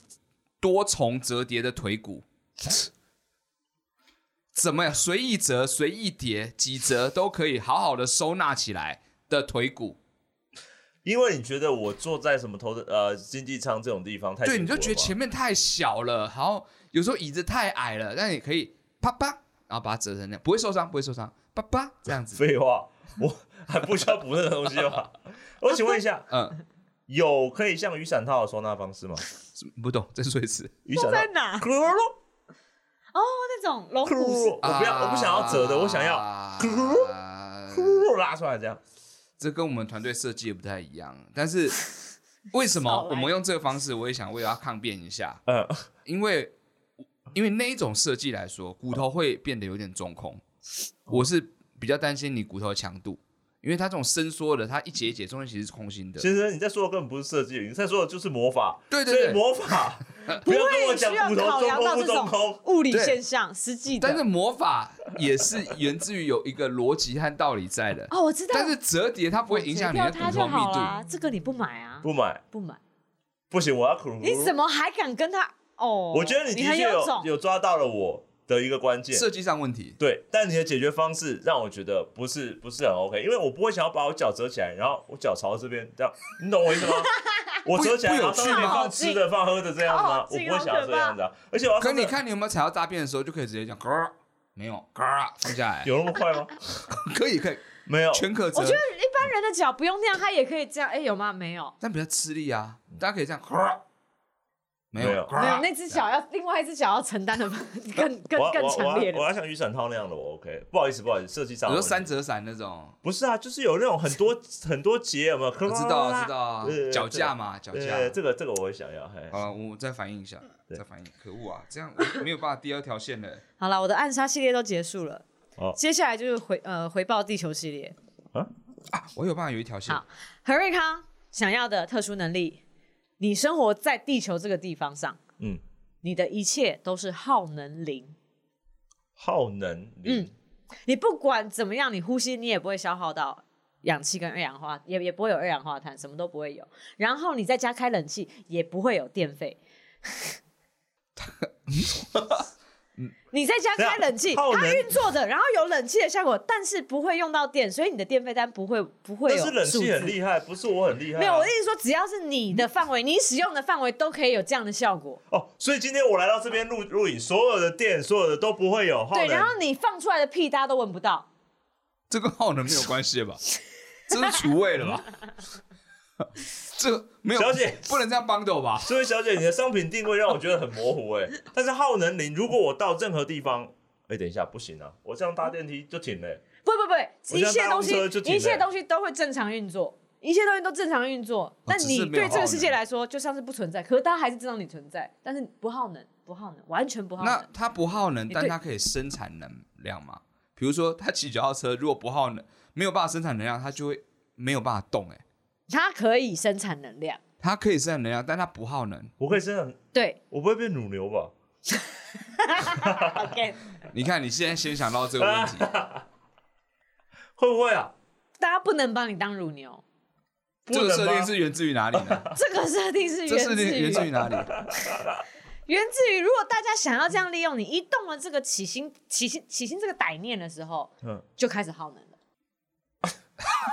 Speaker 1: 多重折叠的腿骨， 怎么样？随意折、随意叠、几折都可以，好好的收纳起来的腿骨。
Speaker 2: 因为你觉得我坐在什么头的呃经济舱这种地方太
Speaker 1: 对，
Speaker 2: 辛
Speaker 1: 你就
Speaker 2: 苦
Speaker 1: 觉得
Speaker 2: 了吧
Speaker 1: 前面太小了，然后有时候椅子太矮了，但也可以啪啪，然后把它折成那样，不会受伤，不会受伤，啪啪这样子。
Speaker 2: 废话，我 还不需要补那个东西吗？我请问一下，
Speaker 1: 嗯，
Speaker 2: 有可以像雨伞套的收纳方式 吗？
Speaker 1: 不懂，再说一次。
Speaker 2: 雨伞套
Speaker 3: 在。哪？
Speaker 2: 咕噜噜
Speaker 4: 那种龙
Speaker 2: 咕噜
Speaker 4: 骨
Speaker 2: 噜，我不要，我不想要折的，我想要
Speaker 1: 啊
Speaker 2: 咕噜噜拉出来这样。
Speaker 1: 这跟我们团队设计也不太一样，但 是为什么
Speaker 3: 少来
Speaker 1: 我们用这个方式？我也想为他抗辩一下，
Speaker 2: 嗯，
Speaker 1: 因为因为那一种设计来说，骨头会变得有点中空。
Speaker 3: 哦
Speaker 1: 我是比较担心你骨头的强度，因为它这种伸缩的，它一节一节中间其实是空心的。
Speaker 2: 其实你在说的根本不是设计，你在说的就是魔法。
Speaker 1: 对对
Speaker 2: 所以
Speaker 1: 对，
Speaker 2: 魔 法不要跟我讲
Speaker 3: 需要
Speaker 2: 骨头
Speaker 3: 考
Speaker 2: 中
Speaker 3: 量
Speaker 2: 空
Speaker 3: 到
Speaker 2: 不
Speaker 3: 这
Speaker 2: 中
Speaker 3: 种
Speaker 2: 空。
Speaker 3: 物理
Speaker 1: 对
Speaker 3: 现象、实际
Speaker 1: 但是
Speaker 3: 的。
Speaker 1: 魔法也是源自于有一个逻辑和道理在的。
Speaker 3: 哦，我知道，
Speaker 1: 但是折叠它不会影响你的
Speaker 3: 我
Speaker 1: 骨
Speaker 3: 觉得它
Speaker 1: 头
Speaker 3: 就
Speaker 1: 密
Speaker 3: 好
Speaker 1: 度，
Speaker 3: 啦。这个你不买啊？
Speaker 2: 不买
Speaker 3: 不买，
Speaker 2: 不行，我要咕噜噜。
Speaker 3: 你怎？么还敢跟他？哦，
Speaker 2: 我觉得你的
Speaker 3: 很
Speaker 2: 确有
Speaker 3: 种，
Speaker 2: 有抓到了我的一个关键。
Speaker 1: 设计上问题。
Speaker 2: 对，但你的解决方式让我觉得不是不是很 OK，因为我不会想要把我脚折起来，然后我脚朝这边这样，你懂我意思吗？我折起来，
Speaker 1: 不
Speaker 2: 然
Speaker 1: 有
Speaker 2: 后
Speaker 1: 趣
Speaker 2: 上面
Speaker 1: 吗
Speaker 2: 放吃的、放喝的这样子吗？
Speaker 3: 好
Speaker 2: 我
Speaker 3: 近
Speaker 2: 不会想要这样子啊！而且我要
Speaker 1: 可
Speaker 2: 上
Speaker 1: 你
Speaker 2: 厕
Speaker 1: 看你有没有踩到大便的时候，就可以直接讲咯儿，没有咯儿放下来，
Speaker 2: 有那么快吗？
Speaker 1: 可以可以，
Speaker 2: 没有，
Speaker 1: 全可折。
Speaker 3: 我觉得一般人的脚不用那样，他也可以这样。哎，有吗？没有，
Speaker 1: 但比较吃力啊，大家可以这样，呱没有
Speaker 2: 嗯没有
Speaker 1: 呱
Speaker 3: 没有，那只脚要另外一只脚要承担的 更更
Speaker 2: 我要
Speaker 3: 更
Speaker 2: 我要
Speaker 3: 强
Speaker 2: 我
Speaker 3: 烈
Speaker 2: 要我
Speaker 3: 的。
Speaker 2: 要像雨伞套那样的，我 OK。不好意思，不好意思，设计上
Speaker 1: 有
Speaker 2: 的
Speaker 1: 时候
Speaker 2: 问题
Speaker 1: 三折伞那 种，
Speaker 2: 不是啊，就是有那种很多 很多节，有没有？
Speaker 1: 我
Speaker 2: 我
Speaker 1: 知道 我知道啊
Speaker 2: 对对，对
Speaker 1: 脚架嘛，脚架。
Speaker 2: 呃，这个这个我会想要，嘿，
Speaker 1: 啊，我再反应一下，
Speaker 2: 对
Speaker 1: 再反应，可恶啊，这样我没有办法第二条线了。
Speaker 3: 好了，我的暗杀系列都结束了
Speaker 2: 哦，
Speaker 3: 接下来就是回呃回报地球系列。
Speaker 1: 我有办法有一条线，
Speaker 3: 好何瑞康想要的特殊能力，你生活在地球这个地方上，
Speaker 2: 嗯，
Speaker 3: 你的一切都是耗能零。
Speaker 2: 耗能
Speaker 3: 嗯
Speaker 2: 零，
Speaker 3: 你不管怎么样，你呼吸你也不会消耗到氧气跟二氧化，也也不会有二氧化碳，什么都不会有。然后你在家开冷气也不会有电费。 你在家开冷
Speaker 2: 等一
Speaker 3: 气，
Speaker 2: 下耗
Speaker 3: 它
Speaker 2: 能
Speaker 3: 运作着，然后有冷气的效果，但是不会用到电，所以你的电费单不会不会
Speaker 2: 但
Speaker 3: 有
Speaker 2: 是冷
Speaker 3: 数
Speaker 2: 气很
Speaker 3: 字。
Speaker 2: 厉害，不是我很厉害啊。
Speaker 3: 没有，我的意思说，只要是你的范围，你使用的范围都可以有这样的效果。
Speaker 2: 哦，所以今天我来到这边录录影，所有的店，所有的都不会有耗
Speaker 3: 对，
Speaker 2: 能。
Speaker 3: 然后你放出来的屁，大家都闻不到。
Speaker 1: 这跟耗能没有关系 吧？这是除味了吧？ 这个没有，
Speaker 2: 小姐
Speaker 1: 不能这样帮斗吧？
Speaker 2: 这位小姐，你的商品定位让我觉得很模糊哎、 但是耗能零，如果我到任何地方，哎、等一下，不行啊，我这样搭电梯就停了欸、
Speaker 3: 不不不，
Speaker 2: 我
Speaker 3: 一
Speaker 2: 现在
Speaker 3: 切
Speaker 2: 搭
Speaker 3: 东
Speaker 2: 公车就
Speaker 3: 西
Speaker 2: 停了
Speaker 3: 一切东西都会正常运作，一切东西都正常运作。但
Speaker 1: 只
Speaker 3: 你
Speaker 1: 是没有
Speaker 3: 对这
Speaker 1: 耗
Speaker 3: 个
Speaker 1: 能
Speaker 3: 世界来说，就像是不存在，可是大家还是知道你存在，但是不耗能，不耗能，完全不耗
Speaker 1: 那
Speaker 3: 能。
Speaker 1: 它不耗能，
Speaker 3: 啊对
Speaker 1: 但它可以生产能量嘛？比如说，它骑脚踏车如果不耗能，没有办法生产能量，它就会没有办法动、欸。哎，
Speaker 3: 它可以生产能量，
Speaker 1: 它可以生产能量，但它不耗能。
Speaker 2: 我可以生产，
Speaker 3: 对，
Speaker 2: 我不会变乳牛吧？
Speaker 4: OK，
Speaker 1: 你看，你现在先想到这个问题，
Speaker 2: 会不会啊？
Speaker 3: 大家不能把你当乳牛，
Speaker 1: 这
Speaker 2: 不
Speaker 1: 个
Speaker 2: 能
Speaker 1: 设定
Speaker 2: 吗？
Speaker 1: 是源自于哪里呢？
Speaker 3: 这个设定是
Speaker 1: 这
Speaker 3: 源
Speaker 1: 设
Speaker 3: 自
Speaker 1: 定
Speaker 3: 于
Speaker 1: 源自于哪里？
Speaker 3: 源自于，如果大家想要这样利用你，一动了这个起心起心起心这个歹念的时候，
Speaker 2: 嗯，
Speaker 3: 就开始 耗能了。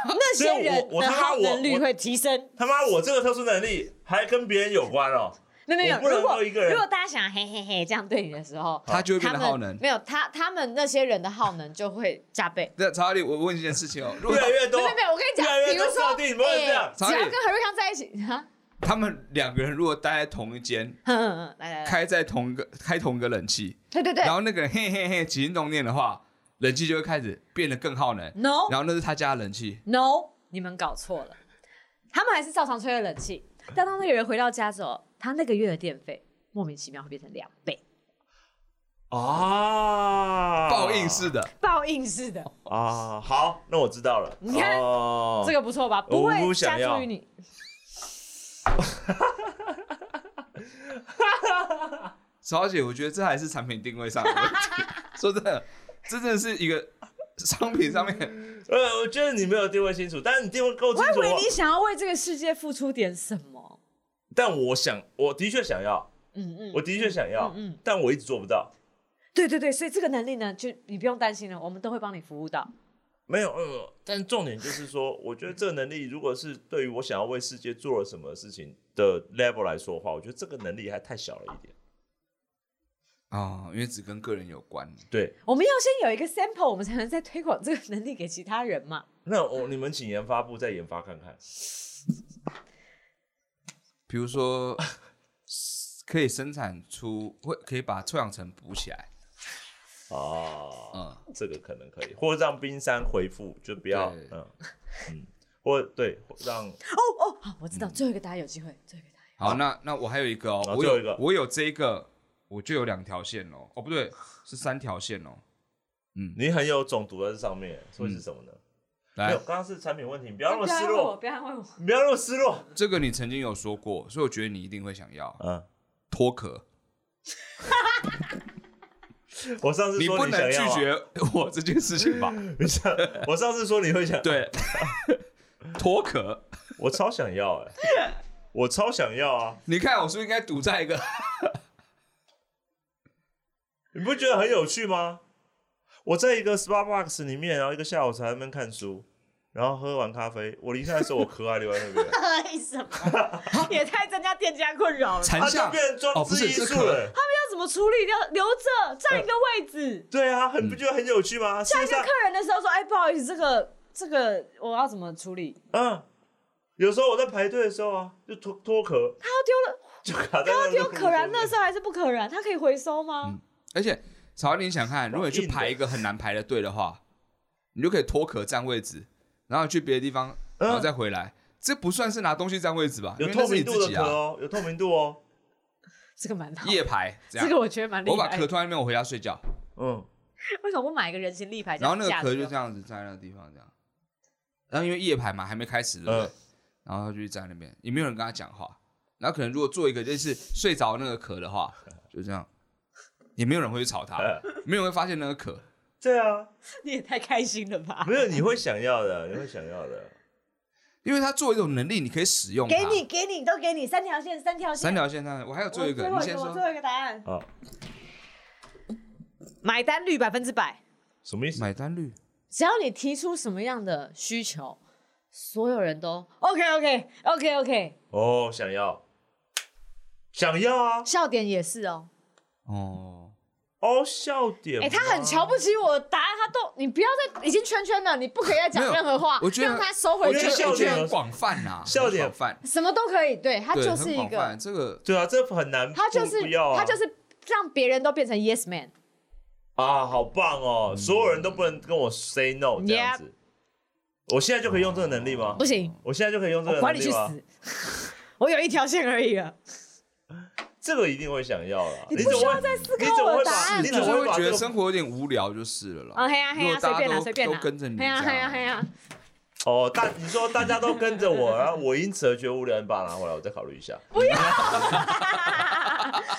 Speaker 3: 那
Speaker 2: 所
Speaker 3: 些
Speaker 2: 以我
Speaker 3: 人
Speaker 2: 我
Speaker 3: 的
Speaker 2: 他妈
Speaker 3: 耗
Speaker 2: 我
Speaker 3: 能率
Speaker 2: 我
Speaker 3: 会提升。
Speaker 2: 他妈，我这个特殊能力还跟别人有关 哦。
Speaker 3: 没有没有，
Speaker 2: 我不能
Speaker 3: 如果
Speaker 2: 够一个人
Speaker 3: 如果大家想嘿嘿嘿这样对你的时候，
Speaker 1: 它就会变
Speaker 3: 他
Speaker 1: 得耗
Speaker 3: 们
Speaker 1: 能。
Speaker 3: 没有他他们那些人的耗能就会加 倍。
Speaker 1: 那查理，我问一件事情哦，如果
Speaker 2: 越来越多，
Speaker 3: 没有没有，我跟你讲
Speaker 2: 越来，
Speaker 3: 比
Speaker 2: 越
Speaker 3: 如
Speaker 2: 多
Speaker 3: 说，
Speaker 2: 设定，不能这
Speaker 3: 哎
Speaker 2: 样。
Speaker 1: 查
Speaker 3: 只
Speaker 1: 理
Speaker 3: 要跟何瑞康在一起啊，
Speaker 1: 他们两个人如果待在同一间，
Speaker 3: 哼哼哼，来来来，
Speaker 1: 开在同一个开同一个冷气，
Speaker 3: 对哎对对
Speaker 1: 然后那个人嘿嘿嘿起心动念的话，冷气就会开始变得更耗能。
Speaker 3: ，no
Speaker 1: 然后那是他家的冷气，
Speaker 3: no，你们搞错了，他们还是照常吹着冷气，但当那个人回到家之后，他那个月的电费莫名其妙会变成两倍，
Speaker 2: 啊，
Speaker 1: 报应式的。
Speaker 3: 报应式
Speaker 1: 哦
Speaker 3: 的，
Speaker 2: 啊，好，那我知道了。
Speaker 3: 你看
Speaker 2: 哦、
Speaker 3: 这个不错吧？不
Speaker 2: 我
Speaker 3: 会
Speaker 2: 不
Speaker 3: 加
Speaker 2: 想要
Speaker 3: 注于你，
Speaker 1: 小姐，我觉得这还是产品定位上的问 题。说真的，这真的是一个商品上面，
Speaker 2: 呃，我觉得你没有定位清楚，但是你定位够清
Speaker 3: 我还以
Speaker 2: 楚。
Speaker 3: 为
Speaker 2: 我
Speaker 3: 你想要为这个世界付出点什么，
Speaker 2: 但我想，我的确想要，
Speaker 3: 嗯嗯，
Speaker 2: 我的确想要，
Speaker 3: 嗯嗯
Speaker 2: 但我一直做不到。
Speaker 3: 对对对，所以这个能力呢，就你不用担心了，我们都会帮你服务到。
Speaker 2: 没有，呃，但重点就是说，我觉得这个能力，如果是对于我想要为世界做了什么事情的 level 来说的话，我觉得这个能力还太小了一点。
Speaker 1: 哦，因为只跟个人有关。
Speaker 2: 对，
Speaker 3: 我们要先有一个 sample，我们才能再推广这个能力给其他人嘛。
Speaker 2: 那
Speaker 3: 嗯
Speaker 2: 我你们请研发部再研发看看。
Speaker 1: 比如 说，可以生产出，会可以把臭氧层补起来。
Speaker 2: 哦，
Speaker 1: 嗯，
Speaker 2: 这个可能可以，或者让冰山回复，就不要
Speaker 1: 对
Speaker 2: 嗯嗯，或对让
Speaker 3: 哦哦，好，我
Speaker 1: 嗯
Speaker 3: 知道，最后一个大家有机会，最后一个大家
Speaker 1: 好，那那我还有一个哦，
Speaker 2: 好
Speaker 1: 我
Speaker 2: 最后一个
Speaker 1: 有我有这一个，我就有两条线哦。哦，不对，是三条线哦。
Speaker 2: 你很有种读在这上面，所以是什么呢？没
Speaker 1: 嗯来
Speaker 2: 有，，刚刚是产品问题，你不要那么
Speaker 4: 不要
Speaker 2: 失
Speaker 4: 安慰我，
Speaker 2: 落，
Speaker 4: 不要安慰我。
Speaker 2: 你不要那么失落。
Speaker 1: 这个你曾经有说过，所以我觉得你一定会想要
Speaker 2: 嗯，
Speaker 1: 脱壳。
Speaker 2: 我上次
Speaker 1: 你
Speaker 2: 说
Speaker 1: 不能
Speaker 2: 想
Speaker 1: 拒
Speaker 2: 要啊，
Speaker 1: 绝我这件事 情吧？
Speaker 2: 你想，我上次说你会想，
Speaker 1: 对，脱壳。
Speaker 2: 我超想要哎，我超想要啊！
Speaker 1: 你看，我是不是应该赌在 一个？
Speaker 2: 你不觉得很有趣吗？我在一个 Starbucks 里面，然后一个下午茶在那边看书，然后喝完咖啡，我离开的时候，我壳还留在那 边，
Speaker 3: 为什么？ 也太增加店家困扰了。
Speaker 1: 残
Speaker 3: 他
Speaker 2: 它啊就
Speaker 1: 像
Speaker 2: 变成
Speaker 1: 哦，
Speaker 2: 装
Speaker 1: 不
Speaker 2: 置
Speaker 1: 是
Speaker 2: 艺
Speaker 1: 是
Speaker 2: 术
Speaker 1: 壳
Speaker 2: 了。
Speaker 3: 要怎么处理掉？留着占一个位置，
Speaker 2: 对啊，
Speaker 1: 嗯
Speaker 2: 很不觉得很有趣吗？
Speaker 3: 下
Speaker 2: 世
Speaker 3: 一
Speaker 2: 界
Speaker 3: 个
Speaker 2: 上
Speaker 3: 客人的时候说：“哎，不好意思，这个这个我要怎么处理
Speaker 2: 嗯，有时候我在排队的时候啊，就脱脱壳？”，
Speaker 3: 他要丢了，
Speaker 2: 就卡在
Speaker 3: 他
Speaker 2: 那
Speaker 3: 要
Speaker 2: 个路
Speaker 3: 丢可燃
Speaker 2: 中
Speaker 3: 垃
Speaker 2: 间
Speaker 3: 圾还是不可燃？他可以回收吗？
Speaker 1: 而且，曹你想看，如果你去排一个很难排的队的话，你就可以脱壳占位置，然后去别的地方，然后再回来。这不算是拿东西占位置吧？因
Speaker 2: 嗯有
Speaker 1: 为那
Speaker 2: 透
Speaker 1: 是你
Speaker 2: 明度
Speaker 1: 自
Speaker 2: 的
Speaker 1: 己
Speaker 2: 壳
Speaker 1: 啊，
Speaker 2: 哦，有透明度哦。
Speaker 3: 这个蛮好，
Speaker 1: 夜排这
Speaker 3: 这
Speaker 1: 样。
Speaker 3: 个我觉得蛮厉
Speaker 1: 我把
Speaker 3: 害
Speaker 1: 壳
Speaker 3: 的。
Speaker 1: 突然面，我回家睡觉，
Speaker 2: 嗯，
Speaker 3: 为什么不买一个人形立牌？
Speaker 1: 然后那个
Speaker 3: 架
Speaker 1: 壳
Speaker 3: 子
Speaker 1: 就这样子站在那个地方这样。然后因为夜排嘛，还没开始，对不对
Speaker 2: 嗯？
Speaker 1: 然后他就去站在那边，也没有人跟他讲话。然后可能如果做一个就是睡着那个壳的话，就这样，也没有人会去 吵他，没有人会发现那个壳。
Speaker 2: 对啊，
Speaker 3: 你也太开心了吧？
Speaker 2: 没有你会想要的，你会想要的。
Speaker 1: 因为它作为一种能力，你可以使用它。
Speaker 3: 给你，给你，都给你三条线，三条线，
Speaker 1: 三条线上，我还有最后一个，你先
Speaker 4: 我
Speaker 1: 说哦
Speaker 4: 最。后一个答案，
Speaker 2: 啊，
Speaker 3: 买单率百分之百。
Speaker 2: 什么意思？
Speaker 1: 买单率，
Speaker 3: 只要你提出什么样的需求，所有人都 OK OK OK OK，
Speaker 2: 哦，想要，想要啊！
Speaker 3: 笑点也是哦。
Speaker 1: 哦，
Speaker 2: 哦，笑点吗。
Speaker 3: 哎、他很瞧不起我的答案，他都你不要再已经圈圈了，你不可以再讲
Speaker 1: 没有
Speaker 3: 任何话，
Speaker 1: 我觉得
Speaker 3: 让他收回
Speaker 2: 我觉
Speaker 3: 去
Speaker 2: 得，笑
Speaker 1: 我觉
Speaker 2: 点
Speaker 1: 得很广泛呐，
Speaker 2: 笑点
Speaker 1: 很广泛，
Speaker 3: 什么都可以。对他
Speaker 1: 对，
Speaker 3: 就是
Speaker 1: 很
Speaker 3: 一
Speaker 1: 广
Speaker 3: 个
Speaker 1: 泛。，这个
Speaker 2: 对啊，这很难不。
Speaker 3: 他就是
Speaker 2: 不要啊，
Speaker 3: 他就是让别人都变成 yes man。
Speaker 1: 哦
Speaker 2: 啊，好棒哦！
Speaker 1: 嗯
Speaker 2: 所有人都不能跟我 say no 这样子。我现在就可以用这个能力吗？
Speaker 3: 不行，
Speaker 2: 我现在就可以用这
Speaker 1: 啊
Speaker 3: 我
Speaker 2: 个
Speaker 3: 管
Speaker 2: 能
Speaker 3: 你去
Speaker 2: 力吗？
Speaker 3: 死， 我有一条线而已了。
Speaker 2: 这个一定会想要了。
Speaker 3: 你
Speaker 2: 你
Speaker 3: 不
Speaker 2: 怎
Speaker 3: 需
Speaker 2: 么
Speaker 3: 要
Speaker 2: 会
Speaker 3: 再思
Speaker 2: 你
Speaker 3: 考
Speaker 2: 怎么
Speaker 3: 我的
Speaker 2: 会
Speaker 3: 答
Speaker 2: 把？
Speaker 3: 案
Speaker 2: 你
Speaker 1: 你
Speaker 2: 怎
Speaker 1: 只
Speaker 2: 么
Speaker 1: 会
Speaker 2: 把
Speaker 1: 觉
Speaker 2: 这
Speaker 1: 得
Speaker 2: 个
Speaker 1: 生活有点无聊就是了啦。
Speaker 3: 哦，嘿呀嘿
Speaker 1: 如
Speaker 3: 呀，
Speaker 1: 果
Speaker 3: 随
Speaker 1: 大
Speaker 3: 便
Speaker 1: 家
Speaker 3: 啦啊
Speaker 1: 都
Speaker 3: 随便啦，
Speaker 1: 都跟着你
Speaker 3: 嘿呀
Speaker 1: 这样啊
Speaker 3: 嘿呀嘿呀，
Speaker 2: 哦，大你说大家都跟着我，然后我因此而觉悟了，你把它拿回来，我再考虑 一下。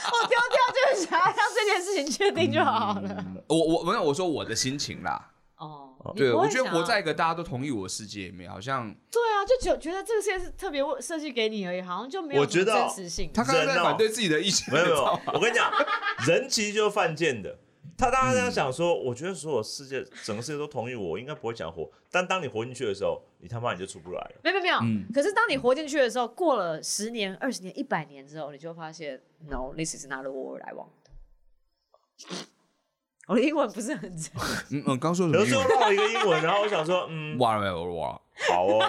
Speaker 3: 我丢掉就是想要让这件事情确定就好了。
Speaker 1: 嗯我我没有我说我的心情啦，
Speaker 5: 哦，你
Speaker 1: 对
Speaker 5: 不会
Speaker 1: 我觉得
Speaker 5: 想
Speaker 1: 活
Speaker 5: 要
Speaker 1: 在一个大家都同意我的世界里面，好像
Speaker 3: 对啊，就觉觉得这个世界是特别为设计给你而已，好像就没有
Speaker 2: 我觉得
Speaker 3: 什么
Speaker 2: 哦
Speaker 3: 真实性。
Speaker 1: 他刚刚在
Speaker 2: 人哦
Speaker 1: 反对自己的意见，
Speaker 2: 没有
Speaker 1: 你
Speaker 2: 没
Speaker 1: 知道
Speaker 2: 有
Speaker 1: 吗，
Speaker 2: 我跟你讲，人其实就是犯贱的。他大
Speaker 1: 嗯
Speaker 2: 家这样想说，我觉得所有世界整个世界都同意我，我应该不会想活。但当你活进去的时候，你他妈你就出不来了。
Speaker 3: 没有没有没有
Speaker 1: 嗯，
Speaker 3: 可是当你活进去的时候，过了十年、二十年、一百年之后，你就发现，no，this is not the world I want。我的英文不是很正，
Speaker 1: 嗯嗯，刚说什
Speaker 2: 有
Speaker 1: 么
Speaker 2: 时
Speaker 1: 英
Speaker 2: 候
Speaker 1: 文？
Speaker 2: 绕一个英文，然后我想说， 嗯，
Speaker 1: 哇哇哇！
Speaker 2: 好哦，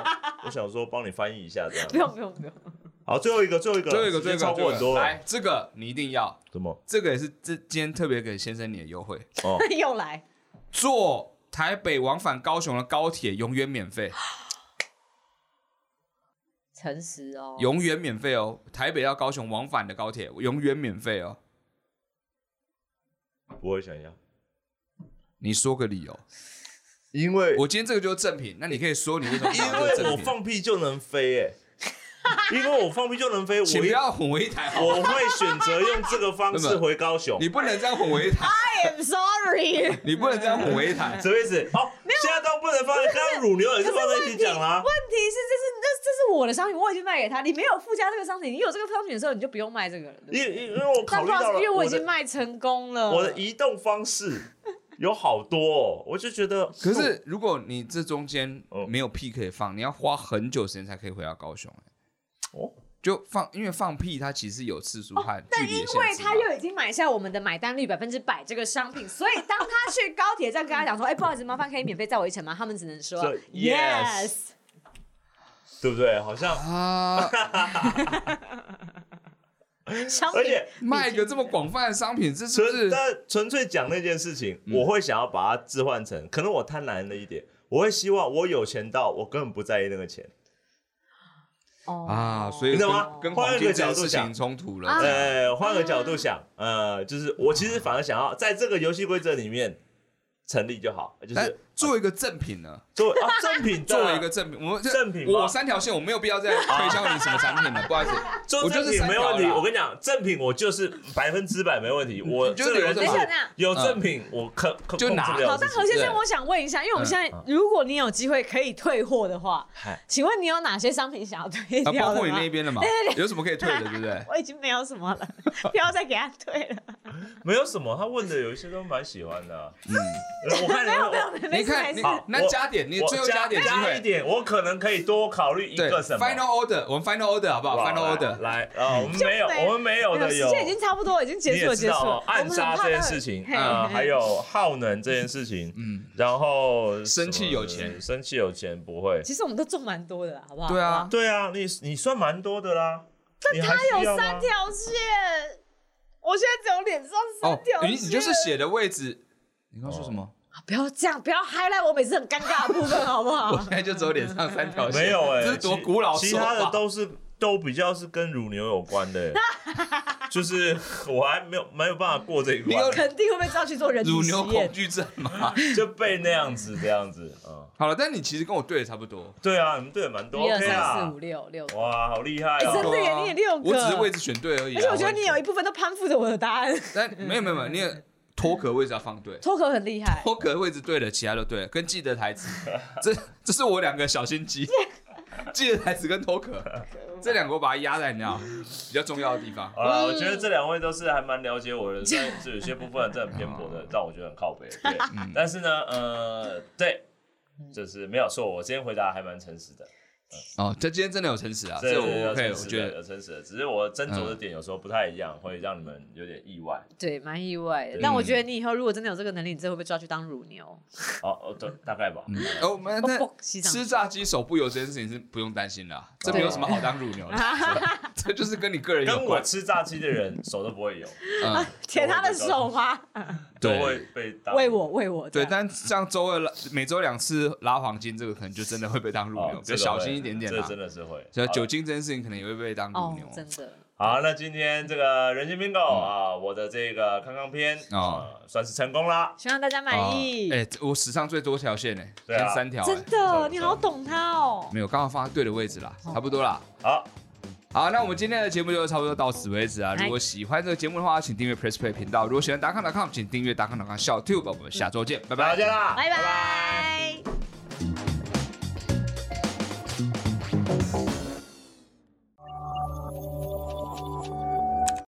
Speaker 2: 我想说帮你翻译一下这
Speaker 3: 不
Speaker 2: 样。
Speaker 3: 用不用不用，
Speaker 2: 好，最后一个，最后一个，
Speaker 1: 最后一个，
Speaker 2: 啊时间
Speaker 1: 最后一个，最后
Speaker 2: 超过
Speaker 1: 一
Speaker 2: 很
Speaker 1: 个
Speaker 2: 多
Speaker 1: 来
Speaker 2: 了。，
Speaker 1: 这个你一定要，
Speaker 2: 怎么？
Speaker 1: 这个也是这今天特别给先生你的优惠，
Speaker 2: 哦，
Speaker 3: 又来，
Speaker 1: 坐台北往返高雄的高铁永远免费，
Speaker 3: 诚实哦。
Speaker 1: 永远免费哦！台北到高雄往返的高铁永远免费哦！
Speaker 2: 我会想一下，
Speaker 1: 你说个理由，
Speaker 2: 因为
Speaker 1: 我今天这个就是正品，那你可以说你为什么
Speaker 2: 因
Speaker 1: 想要这个
Speaker 2: 为我
Speaker 1: 正品？
Speaker 2: 放屁就能飞 哎、因为我放屁就能飞，我
Speaker 1: 请不
Speaker 2: 一
Speaker 1: 要混为一谈，好不好
Speaker 2: 我会选择用这个方式回高雄
Speaker 1: 你，不能这样混为一谈，
Speaker 3: I am sorry。
Speaker 1: 你不能这样混为一谈。
Speaker 2: 什么意思？好，现在都不能放，刚刚乳牛也是放在一起讲啦。
Speaker 3: 问题是，这是那这是我的商品，我已经卖给他。你没有附加这个商品，你有这个商品的时候，你就不用卖这个了。对不对
Speaker 2: 因为因为我考
Speaker 3: 但
Speaker 2: 虑
Speaker 3: 不好意
Speaker 2: 到
Speaker 3: 思，
Speaker 2: 了
Speaker 3: 因为我已
Speaker 2: 的
Speaker 3: 经卖成功了。
Speaker 2: 我的移动方式有好多、哦，我就觉得，
Speaker 1: 可是如果你这中间
Speaker 2: 哦
Speaker 1: 没有屁可以放，你要花很久时间才可以回到高雄、欸。
Speaker 2: 哦，
Speaker 1: 就放，因为放屁它其实有次数和距
Speaker 3: 哦但
Speaker 1: 离
Speaker 3: 因
Speaker 1: 的限制嘛、
Speaker 3: 为
Speaker 2: 啊
Speaker 3: 他又已经买下我们的买单率百分之百这个商品，所以当他去高铁站跟他讲说：“哎、不好意思，麻烦可以免费载我一程吗？”他们只能说
Speaker 2: 这
Speaker 3: “Yes”。
Speaker 2: 对不对？好像，
Speaker 1: 啊，
Speaker 3: 商
Speaker 2: 而
Speaker 3: 品
Speaker 2: 且
Speaker 1: 卖一个这么广泛的商品，这是不
Speaker 2: 纯
Speaker 1: 是？嗯
Speaker 2: 但纯粹讲那件事情，我会想要把它置换成，可能我贪婪了一点，我会希望我有钱到我根本不在意那个钱。
Speaker 3: 哦
Speaker 1: 啊，所以
Speaker 2: 你知
Speaker 1: 跟
Speaker 2: 道吗
Speaker 1: 跟
Speaker 2: 换
Speaker 1: 黄
Speaker 2: 一
Speaker 1: 金
Speaker 2: 个
Speaker 1: 这
Speaker 2: 角
Speaker 1: 件
Speaker 2: 度
Speaker 1: 事
Speaker 2: 想
Speaker 1: 情冲突了。
Speaker 3: 啊
Speaker 1: 这样
Speaker 2: 呃，换个角度想，呃，就是我其实反而想要在这个游戏规则里面成立就好，就
Speaker 1: 但
Speaker 2: 是
Speaker 1: 作为一个正品呢，
Speaker 2: 作为啊正 品，
Speaker 1: 作为一个正品，我们这
Speaker 2: 正品吗
Speaker 1: 我三条线，我没有必要再推销你什么产品 了，不好意思，
Speaker 2: 做
Speaker 1: 我就
Speaker 2: 正
Speaker 1: 是
Speaker 2: 品
Speaker 1: 三
Speaker 2: 没
Speaker 1: 条
Speaker 2: 问题。
Speaker 1: 啦
Speaker 2: 我跟你讲，正品我就是百分之百没问题。我
Speaker 1: 嗯就
Speaker 2: 这个人
Speaker 1: 留着
Speaker 2: 就
Speaker 1: 嘛
Speaker 2: 是
Speaker 3: 等一下
Speaker 2: 有正品，我可可
Speaker 1: 就拿
Speaker 2: 控制不了
Speaker 3: 好，
Speaker 2: 自
Speaker 3: 但
Speaker 2: 己
Speaker 3: 何先生，
Speaker 1: 对
Speaker 3: 我想问一下，因为我们
Speaker 1: 嗯
Speaker 3: 现在，如果你有机会可以退货的话，
Speaker 2: 嗨
Speaker 3: 请问你有哪些商品想要退
Speaker 1: 啊，包
Speaker 3: 掉的
Speaker 1: 括你
Speaker 3: 吗？
Speaker 1: 那边 的嘛，有什么可以退的，对不对？
Speaker 3: 我已经没有什么了， 不要再给他退了。
Speaker 2: 没有什么，他问的有一些都蛮喜欢的啊。
Speaker 1: 嗯
Speaker 2: 我看你 们我
Speaker 1: 你
Speaker 3: 没事
Speaker 1: 看
Speaker 3: 没
Speaker 1: 你
Speaker 3: 事，
Speaker 2: 好
Speaker 1: 那
Speaker 2: 我
Speaker 1: 加点，你
Speaker 2: 我
Speaker 1: 最后
Speaker 2: 加
Speaker 1: 点机
Speaker 2: 加一
Speaker 1: 会，
Speaker 2: 点，我可能可以多考虑一
Speaker 1: 对
Speaker 2: 个什么
Speaker 1: ，final order，我们 final order 好不好
Speaker 2: 哇
Speaker 1: ？final order，
Speaker 2: 来啊，我们没有，
Speaker 3: 就没
Speaker 2: 我们没有的
Speaker 3: 时
Speaker 2: 有。
Speaker 3: 间已经差不多，已经结
Speaker 2: 你
Speaker 3: 束
Speaker 2: 也
Speaker 3: 了，
Speaker 2: 知
Speaker 3: 结束
Speaker 2: 道
Speaker 3: 了
Speaker 2: 哦。暗杀这件事
Speaker 3: 情，
Speaker 2: 情，
Speaker 3: 嘿
Speaker 2: 呃，
Speaker 3: 嘿
Speaker 2: 还有耗能这件事情，
Speaker 1: 嗯，
Speaker 2: 然后
Speaker 1: 生气
Speaker 2: 什么
Speaker 1: 有钱
Speaker 2: 生气有钱不会，
Speaker 3: 其实我们都中蛮多的啦，好不好？
Speaker 1: 对啊，
Speaker 2: 对啊，你你算蛮多的啦。但他
Speaker 3: 有三条线，我现在只有脸上
Speaker 1: 哦
Speaker 3: 三条，线。
Speaker 1: 你你就是写的位置，你刚说什么？
Speaker 2: 哦
Speaker 3: 啊不要这样，不要 high 来我每次很尴尬的部分，好不
Speaker 1: 我
Speaker 3: 好
Speaker 1: 现？在就只有脸上三条线，
Speaker 2: 没有哎、
Speaker 1: 这是多
Speaker 2: 其
Speaker 1: 古老
Speaker 2: 其
Speaker 1: 手
Speaker 2: 他的
Speaker 1: 法
Speaker 2: 都是都比较是跟乳牛有关 的、欸，就是我还没有没有办法过这一
Speaker 1: 你有
Speaker 2: 关，
Speaker 3: 肯定会被抓去做人体
Speaker 1: 乳
Speaker 3: 实
Speaker 1: 牛恐
Speaker 3: 验。
Speaker 1: 惧症嘛。
Speaker 2: 就被那样子这样子，嗯，
Speaker 1: 好了，但你其实跟我对的差不多，
Speaker 2: 对啊，你们对的蛮多
Speaker 3: 一二
Speaker 2: ，OK
Speaker 3: 三
Speaker 2: 啊
Speaker 3: 四五，六六，而
Speaker 2: 哇，好厉害
Speaker 3: 哎真
Speaker 2: 哦、
Speaker 3: 的耶
Speaker 1: 对啊
Speaker 3: 你也六个
Speaker 1: 我只是位置选对而已啊。
Speaker 3: 且我觉得你有一部分都攀附着我的答案。
Speaker 1: 但没有没有没有，你的脱壳位置要放对，
Speaker 3: 脱口很厉害，
Speaker 1: 脱壳位置对了，其他都对了，跟记得台 词，这这是我两个小心机， 记得台词跟脱壳这两个我把它压在你知道比较重要的地方。
Speaker 2: 好了，我觉得
Speaker 1: 嗯
Speaker 2: 这两位都是还蛮了解我的，虽然是有些部分真的很偏颇 的，让我觉得很靠北。对，
Speaker 1: 嗯
Speaker 2: 但是呢，呃，对，就是没有错，我今天回答还蛮诚实的，
Speaker 1: 哦，这今天真的有诚实啊，
Speaker 2: 对
Speaker 1: 这
Speaker 2: 对
Speaker 1: 我
Speaker 2: 有
Speaker 1: OK，
Speaker 2: 诚
Speaker 1: 我
Speaker 2: 实
Speaker 1: 觉
Speaker 2: 的，
Speaker 1: 得
Speaker 2: 有诚实的，只是我斟酌的点有时候不太一样，会让你们有点意外。
Speaker 3: 对，蛮意外的。
Speaker 2: 对
Speaker 3: 但我觉得你以后如果真的有这个能力，你真的会被抓去当乳牛。
Speaker 1: 嗯
Speaker 2: 哦哦，对，大概吧。
Speaker 1: 哦，我们那
Speaker 3: 哦西藏
Speaker 1: 吃炸鸡手不油这件事情是不用担心啦，这没有什么好当乳 牛的，这就是跟你个人有
Speaker 2: 跟
Speaker 1: 关
Speaker 2: 我。吃炸鸡的人手都不会油，
Speaker 1: 嗯，
Speaker 3: 舔他的手 吗？
Speaker 2: 都
Speaker 1: 对
Speaker 2: 会被打。
Speaker 3: 喂我，喂我。
Speaker 2: 啊
Speaker 1: 对，
Speaker 3: 这样
Speaker 1: 但像周二拉每周两次拉黄金，这个可能就真的会被当乳
Speaker 2: 哦
Speaker 1: 牛，就
Speaker 2: 这个
Speaker 1: 小
Speaker 2: 会
Speaker 1: 心一点点
Speaker 2: 这
Speaker 1: 啦
Speaker 2: 真。的是会。
Speaker 1: 像
Speaker 2: 好
Speaker 1: 酒精这件事情，可能也会被当乳
Speaker 3: 哦
Speaker 1: 牛。，
Speaker 3: 真的，
Speaker 2: 好，那今天这个人间 bingo 啊，我的这个康康篇
Speaker 1: 嗯哦
Speaker 2: 啊，算是成功啦。
Speaker 3: 希望大家满意。
Speaker 1: 哎、这我史上最多条线呢、
Speaker 2: 对啊
Speaker 1: 现在三条、
Speaker 4: 真
Speaker 1: 欸，
Speaker 4: 的，你好懂他哦。
Speaker 1: 没有，刚好放在对的位置啦，差不多啦。
Speaker 2: 好，
Speaker 1: 好，那我们今天的节目就差不多到此为止啊。
Speaker 3: 哎
Speaker 1: 如果喜欢这个节目的话，请订阅 Press Play 频道；如果喜欢达康达康，请订阅达康达康小 Tube。我们下周见，拜拜，
Speaker 2: 再见啦，
Speaker 3: 拜拜